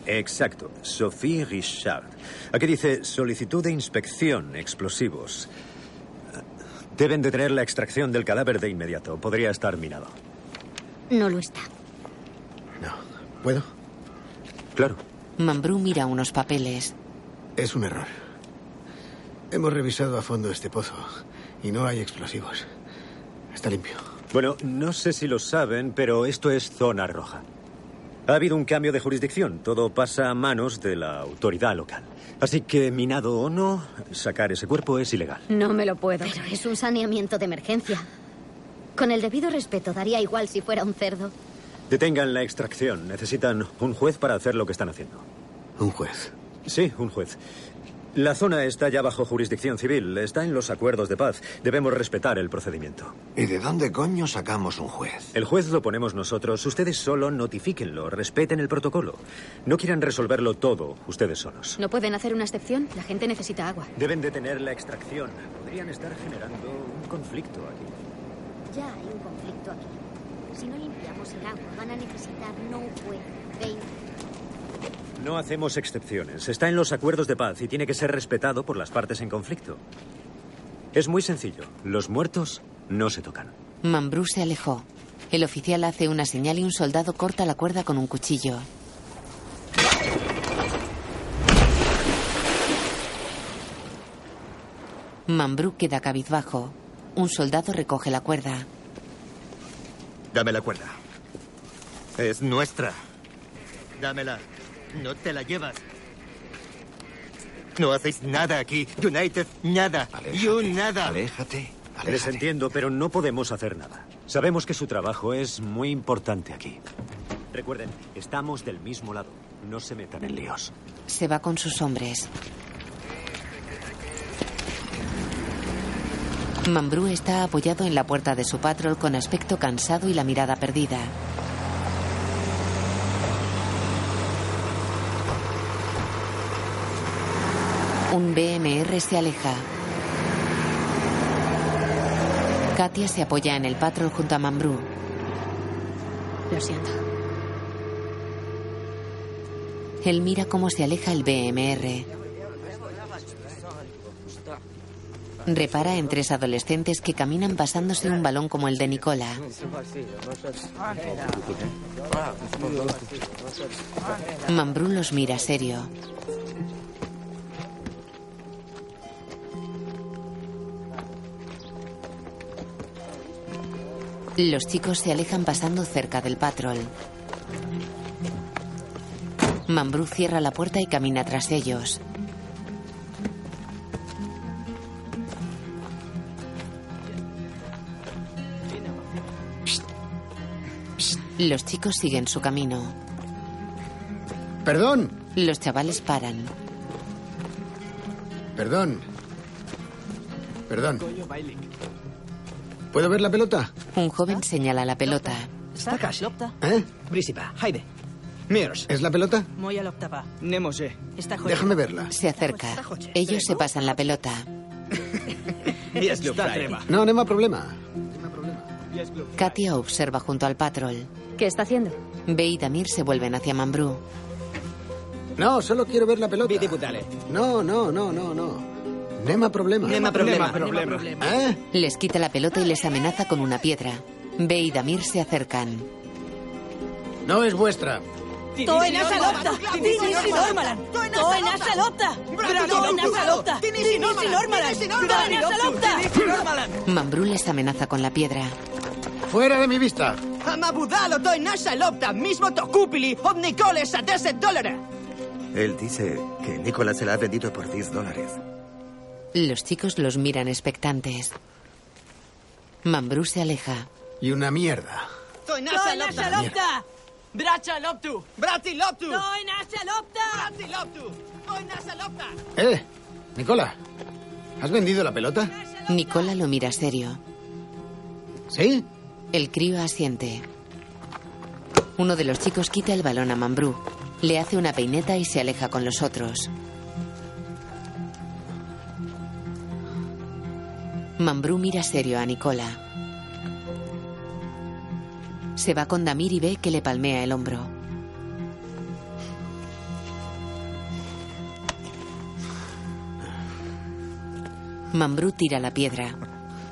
Speaker 15: Exacto, Sophie Richard. Aquí dice solicitud de inspección, explosivos. Deben detener la extracción del cadáver de inmediato. Podría estar minado.
Speaker 7: No lo está.
Speaker 10: ¿Puedo?
Speaker 15: Claro.
Speaker 2: Mambrú mira unos papeles.
Speaker 10: Es un error. Hemos revisado a fondo este pozo y no hay explosivos. Está limpio.
Speaker 15: Bueno, no sé si lo saben, pero esto es zona roja. Ha habido un cambio de jurisdicción. Todo pasa a manos de la autoridad local. Así que, minado o no, sacar ese cuerpo es ilegal.
Speaker 7: No me lo puedo. Pero es un saneamiento de emergencia. Con el debido respeto, daría igual si fuera un cerdo.
Speaker 15: Detengan la extracción. Necesitan un juez para hacer lo que están haciendo.
Speaker 10: ¿Un juez?
Speaker 15: Sí, un juez. La zona está ya bajo jurisdicción civil. Está en los acuerdos de paz. Debemos respetar el procedimiento.
Speaker 28: ¿Y de dónde coño sacamos un juez?
Speaker 15: El juez lo ponemos nosotros. Ustedes solo notifíquenlo, respeten el protocolo. No quieran resolverlo todo ustedes solos.
Speaker 16: ¿No pueden hacer una excepción? La gente necesita agua.
Speaker 15: Deben detener la extracción. Podrían estar generando un conflicto aquí.
Speaker 7: Ya hay un conflicto aquí. Si no limpiamos el agua, van a necesitar no un juez. Veinte.
Speaker 15: No hacemos excepciones. Está en los acuerdos de paz y tiene que ser respetado por las partes en conflicto. Es muy sencillo. Los muertos no se tocan.
Speaker 2: Mambrú se alejó. El oficial hace una señal y un soldado corta la cuerda con un cuchillo. Mambrú queda cabizbajo. Un soldado recoge la cuerda.
Speaker 4: Dame la cuerda. Es nuestra. Dámela. No te la llevas. No hacéis nada aquí. United, nada. You, nada.
Speaker 28: Aléjate.
Speaker 15: Les entiendo, pero no podemos hacer nada. Sabemos que su trabajo es muy importante aquí. Recuerden, estamos del mismo lado. No se metan en líos.
Speaker 2: Se va con sus hombres. Mambrú está apoyado en la puerta de su patrol con aspecto cansado y la mirada perdida. Un BMR se aleja. Katia se apoya en el patrol junto a Mambrú.
Speaker 16: Lo siento.
Speaker 2: Él mira cómo se aleja el BMR. Repara en tres adolescentes que caminan pasándose un balón como el de Nicola. Mambrú los mira serio. Los chicos se alejan pasando cerca del patrol. Mambrú cierra la puerta y camina tras ellos. Los chicos siguen su camino.
Speaker 10: ¡Perdón!
Speaker 2: Los chavales paran.
Speaker 10: Perdón. Perdón. ¿Puedo ver la pelota?
Speaker 2: Un joven señala la pelota.
Speaker 17: Stakash.
Speaker 10: ¿Eh?
Speaker 17: Brisipa. Haide.
Speaker 10: Mears. ¿Es la pelota?
Speaker 17: Moja loptapa. Ne može. Stahoje.
Speaker 10: Déjame verla.
Speaker 2: Se acerca. Ellos se pasan la pelota.
Speaker 17: Bies treba.
Speaker 10: No, no hay problema.
Speaker 2: Katia observa junto al patrol.
Speaker 16: ¿Qué está haciendo?
Speaker 2: Ve y Damir se vuelven hacia Mambrú.
Speaker 10: No, solo quiero ver la pelota. No, no, no, no, no. Nema problema.
Speaker 17: Nema problema. Nema problema.
Speaker 10: ¿Eh?
Speaker 2: Les quita la pelota y les amenaza con una piedra. Ve y Damir se acercan.
Speaker 10: No es vuestra.
Speaker 29: To je naša lopta! Ti nisi normalan! To je naša lopta! To je naša lopta! Ti nisi normalan! To je naša lopta!
Speaker 2: Mambrú les amenaza con la piedra.
Speaker 10: Fuera de mi vista.
Speaker 17: Amabudalo, to je naša lopta! Mi smo to kupili od Nikole sa 10 dolara!
Speaker 4: Él dice que Nicolás se la ha vendido por 10 dólares.
Speaker 2: Los chicos los miran expectantes. Mambrú se aleja.
Speaker 10: Y una mierda.
Speaker 17: To je naša lopta! Braća loptu! Braci loptu! To je naša lopta! Braci loptu! To je naša lopta!
Speaker 10: ¿Eh? Nicola, ¿has vendido la pelota?
Speaker 2: Nicola lo mira serio.
Speaker 10: ¿Sí?
Speaker 2: El crío asiente. Uno de los chicos quita el balón a Mambrú, le hace una peineta y se aleja con los otros. Mambrú mira serio a Nicola. Se va con Damir y ve que le palmea el hombro. Mambrú tira la piedra.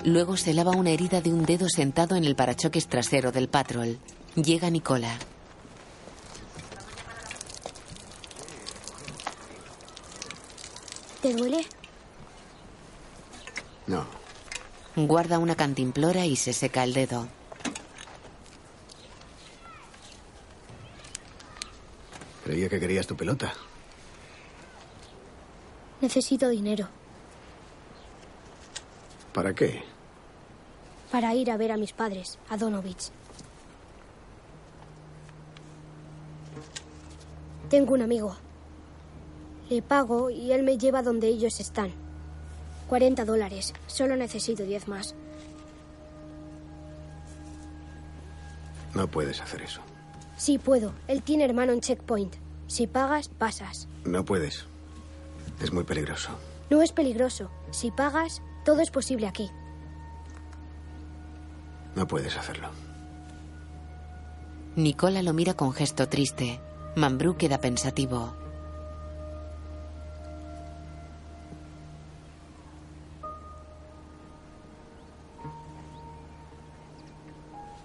Speaker 2: Luego se lava una herida de un dedo sentado en el parachoques trasero del patrol. Llega Nicola.
Speaker 12: ¿Te duele?
Speaker 10: No.
Speaker 2: Guarda una cantimplora y se seca el dedo.
Speaker 10: Creía que querías tu pelota.
Speaker 12: Necesito dinero
Speaker 10: ¿Para qué?
Speaker 12: para ir a ver a mis padres, a Donovich. Tengo un amigo. Le pago y él me lleva donde ellos están. 40 dólares. Solo necesito 10 más.
Speaker 10: No puedes hacer eso.
Speaker 12: Sí puedo. Él tiene hermano en Checkpoint. Si pagas, pasas.
Speaker 10: No puedes. Es muy peligroso.
Speaker 12: No es peligroso. Si pagas, todo es posible aquí.
Speaker 10: No puedes hacerlo.
Speaker 2: Nicola lo mira con gesto triste. Mambrú queda pensativo.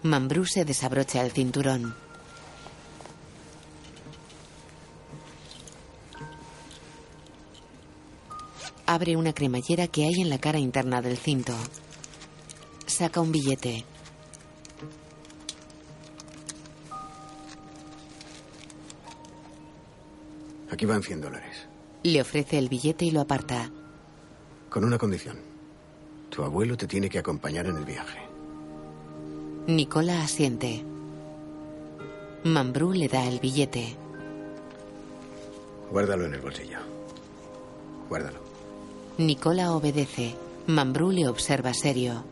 Speaker 2: Mambrú se desabrocha el cinturón. Abre una cremallera que hay en la cara interna del cinto. Saca un billete.
Speaker 10: Aquí van 100 dólares.
Speaker 2: Le ofrece el billete y lo aparta.
Speaker 10: Con una condición. Tu abuelo te tiene que acompañar en el viaje.
Speaker 2: Nicola asiente. Mambrú le da el billete.
Speaker 10: Guárdalo en el bolsillo. Guárdalo.
Speaker 2: Nicola obedece. Mambrú le observa serio.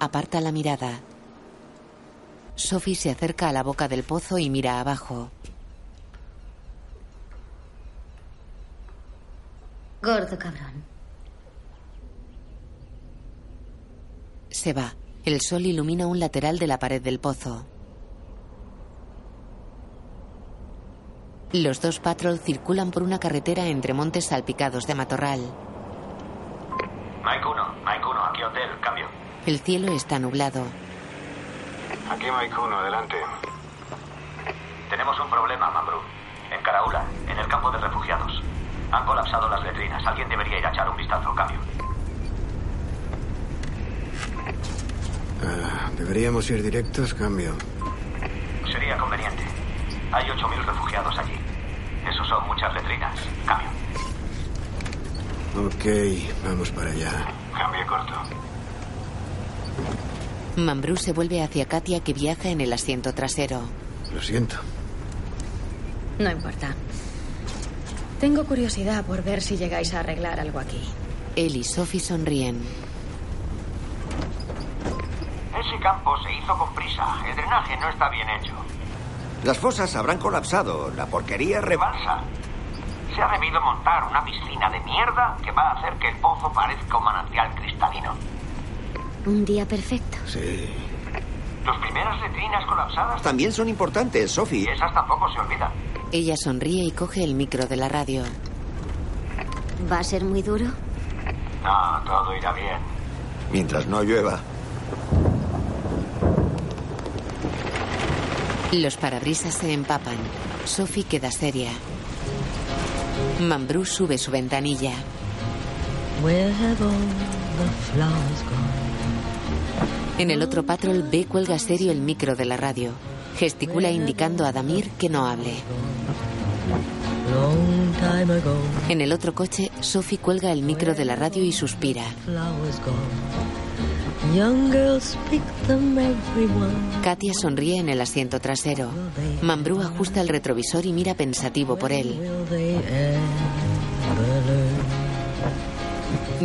Speaker 2: Aparta la mirada. Sophie se acerca a la boca del pozo y mira abajo.
Speaker 7: Gordo cabrón.
Speaker 2: Se va. El sol ilumina un lateral de la pared del pozo. Los dos patrol circulan por una carretera entre montes salpicados de matorral.
Speaker 5: Mike 1, Mike 1, aquí hotel, cambio.
Speaker 2: El cielo está nublado.
Speaker 5: Aquí Mike 1, adelante. Tenemos un problema, Mambrú. En Caraula, en el campo de refugiados. Han colapsado las letrinas. Alguien debería ir a echar un vistazo, cambio.
Speaker 10: Ah, deberíamos ir directos, cambio.
Speaker 5: Sería conveniente. Hay 8.000 refugiados allí. Eso son muchas letrinas. Cambio.
Speaker 10: Ok, vamos para allá.
Speaker 5: Cambio corto.
Speaker 2: Mambrú se vuelve hacia Katia que viaja en el asiento trasero.
Speaker 10: Lo siento.
Speaker 16: No importa. Tengo curiosidad por ver si llegáis a arreglar algo aquí.
Speaker 2: Él y Sophie sonríen.
Speaker 5: Ese campo se hizo con prisa. El drenaje no está bien hecho.
Speaker 6: Las fosas habrán colapsado. La porquería rebalsa.
Speaker 5: Se ha debido montar una piscina de mierda que va a hacer que el pozo parezca un manantial cristalino.
Speaker 7: Un día perfecto.
Speaker 10: Sí.
Speaker 5: Tus primeras letrinas colapsadas
Speaker 6: También son importantes, Sophie.
Speaker 5: Esas tampoco se olvidan.
Speaker 2: Ella sonríe y coge el micro de la radio.
Speaker 7: ¿Va a ser muy duro?
Speaker 5: No, Ah, todo irá bien.
Speaker 6: Mientras no llueva.
Speaker 2: Los parabrisas se empapan. Sophie queda seria. Mambrú sube su ventanilla.
Speaker 9: Where have all the flowers gone?
Speaker 2: En el otro patrol, B cuelga serio el micro de la radio. Gesticula indicando a Damir que no hable.
Speaker 9: Long time ago,
Speaker 2: En el otro coche, Sophie cuelga el micro de la radio y suspira.
Speaker 9: flowers gone. Young girls pick them, everyone.
Speaker 2: Katia sonríe en el asiento trasero. Mambrú ajusta el retrovisor y mira pensativo por él.
Speaker 9: Will they ever learn?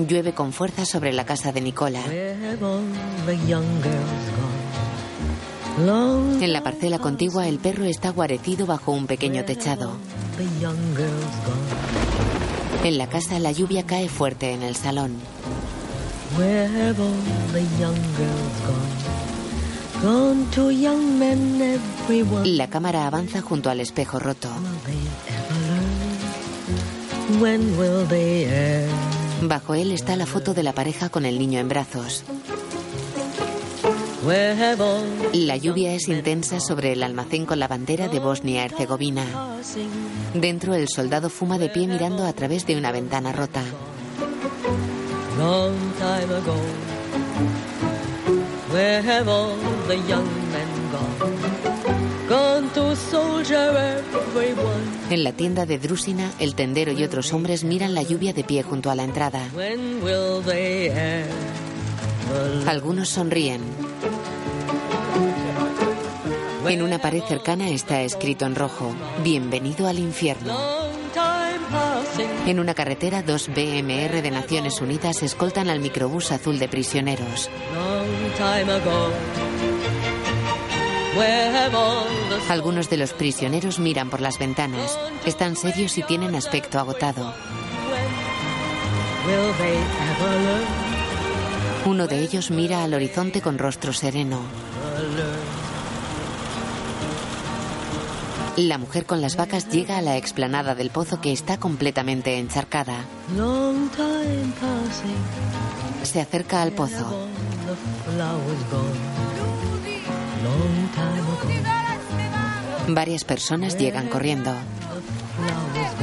Speaker 2: Llueve con fuerza sobre la casa de Nicola.
Speaker 9: Where have all the young girls gone?
Speaker 2: En la parcela contigua, el perro está guarecido bajo un pequeño techado.
Speaker 9: The young girls gone.
Speaker 2: En la casa, la lluvia cae fuerte en el salón.
Speaker 9: Where have all the young girls gone? Gone to young men, everyone.
Speaker 2: La cámara avanza junto al espejo roto.
Speaker 9: When will they end?
Speaker 2: Bajo él está la foto de la pareja con el niño en brazos.
Speaker 9: Where have all
Speaker 2: La lluvia es intensa sobre el almacén con la bandera de Bosnia-Herzegovina.
Speaker 9: passing?
Speaker 2: Dentro el soldado fuma de pie mirando a través de una ventana rota.
Speaker 9: Long time ago. Where have all the young men gone? Gone to soldier, everyone.
Speaker 2: En la tienda de Drusina, el tendero y otros hombres miran la lluvia de pie junto a la entrada.
Speaker 9: When will they end?
Speaker 2: Algunos sonríen. En una pared cercana está escrito en rojo, Bienvenido al infierno.
Speaker 9: Long time passing.
Speaker 2: En una carretera, dos BMR de Naciones Unidas escoltan al microbús azul de prisioneros.
Speaker 9: Long time ago. Where have all the
Speaker 2: Algunos de los prisioneros miran por las ventanas. Están serios y tienen aspecto agotado.
Speaker 9: will they ever learn?
Speaker 2: Uno de ellos mira al horizonte con rostro sereno. La mujer con las vacas llega a la explanada del pozo que está completamente encharcada.
Speaker 9: Long time passing.
Speaker 2: Se acerca al pozo.
Speaker 9: The flowers gone. Long time ago.
Speaker 2: Varias personas llegan corriendo.
Speaker 9: Flowers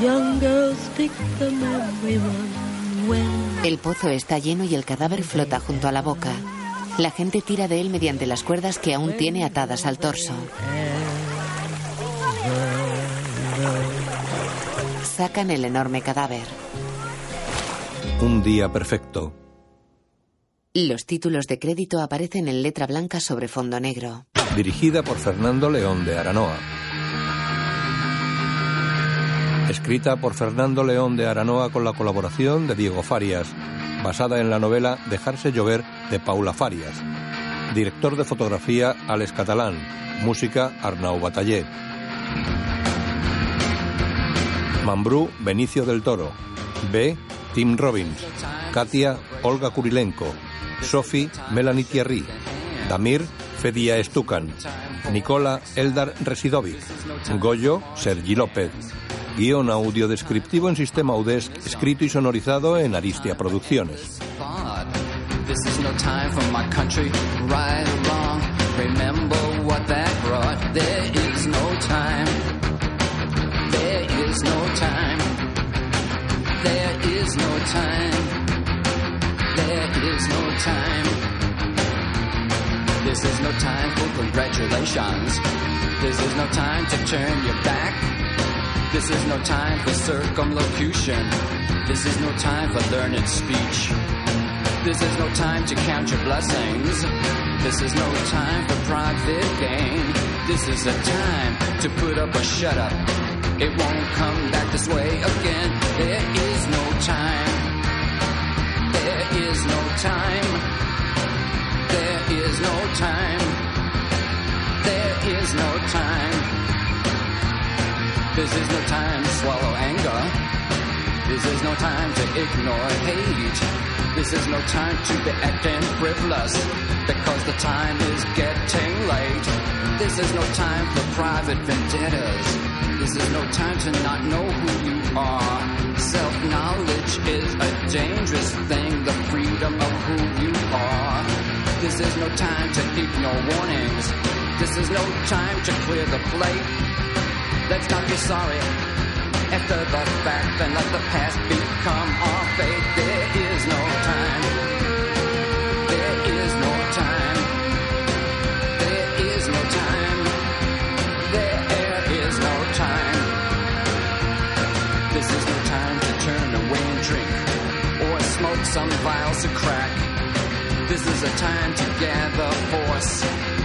Speaker 9: gone. Young girls pick them, everyone. When
Speaker 2: El pozo está lleno y el cadáver flota junto a la boca. La gente tira de él mediante las cuerdas que aún tiene atadas al torso. Sacan el enorme cadáver.
Speaker 1: Un día perfecto.
Speaker 2: Los títulos de crédito aparecen en letra blanca sobre fondo negro.
Speaker 1: Dirigida por Fernando León de Aranoa. Escrita por Fernando León de Aranoa con la colaboración de Diego Farias. Basada en la novela Dejarse llover de Paula Farias. Director de fotografía Alex Catalán. Música Arnau Batallé. Mambrú Benicio del Toro. B. Tim Robbins. Katia Olga Kurilenko. Sophie Melanie Thierry. Damir Fedia Stukan. Nicola Eldar Residovic. Goyo Sergi López. Guión audio descriptivo en sistema UDESC, escrito y sonorizado en Aristia Producciones.
Speaker 11: Bond. This is no time for my country, right or wrong. Remember what that brought. There is no time. There is no time. There is no time. There is no time. This is no time for congratulations. This is no time to turn your back. This is no time for circumlocution. This is no time for learned speech. This is no time to count your blessings. This is no time for private gain. This is a time to put up or shut up. It won't come back this way again. There is no time. There is no time. There is no time. There is no time. This is no time to swallow anger. This is no time to ignore hate. This is no time to be acting frivolous because the time is getting late. This is no time for private vendettas. This is no time to not know who you are. Self knowledge is a dangerous thing, the freedom of who you are. This is no time to ignore warnings. This is no time to clear the plate. Let's not be sorry after the fact and let the past become our fate. There is no time. There is no time. There is no time. There is no time. This is no time to turn away and drink or smoke some vials of crack. This is a time to gather force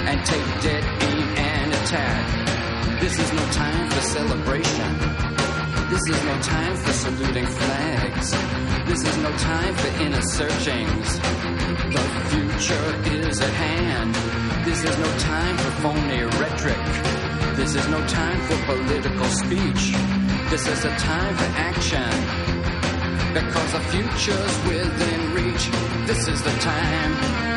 Speaker 11: and take dead aim and attack. This is no time for celebration. This is no time for saluting flags. This is no time for inner searchings. The future is at hand. This is no time for phony rhetoric. This is no time for political speech. This is a time for action. Because the future's within reach. This is the time.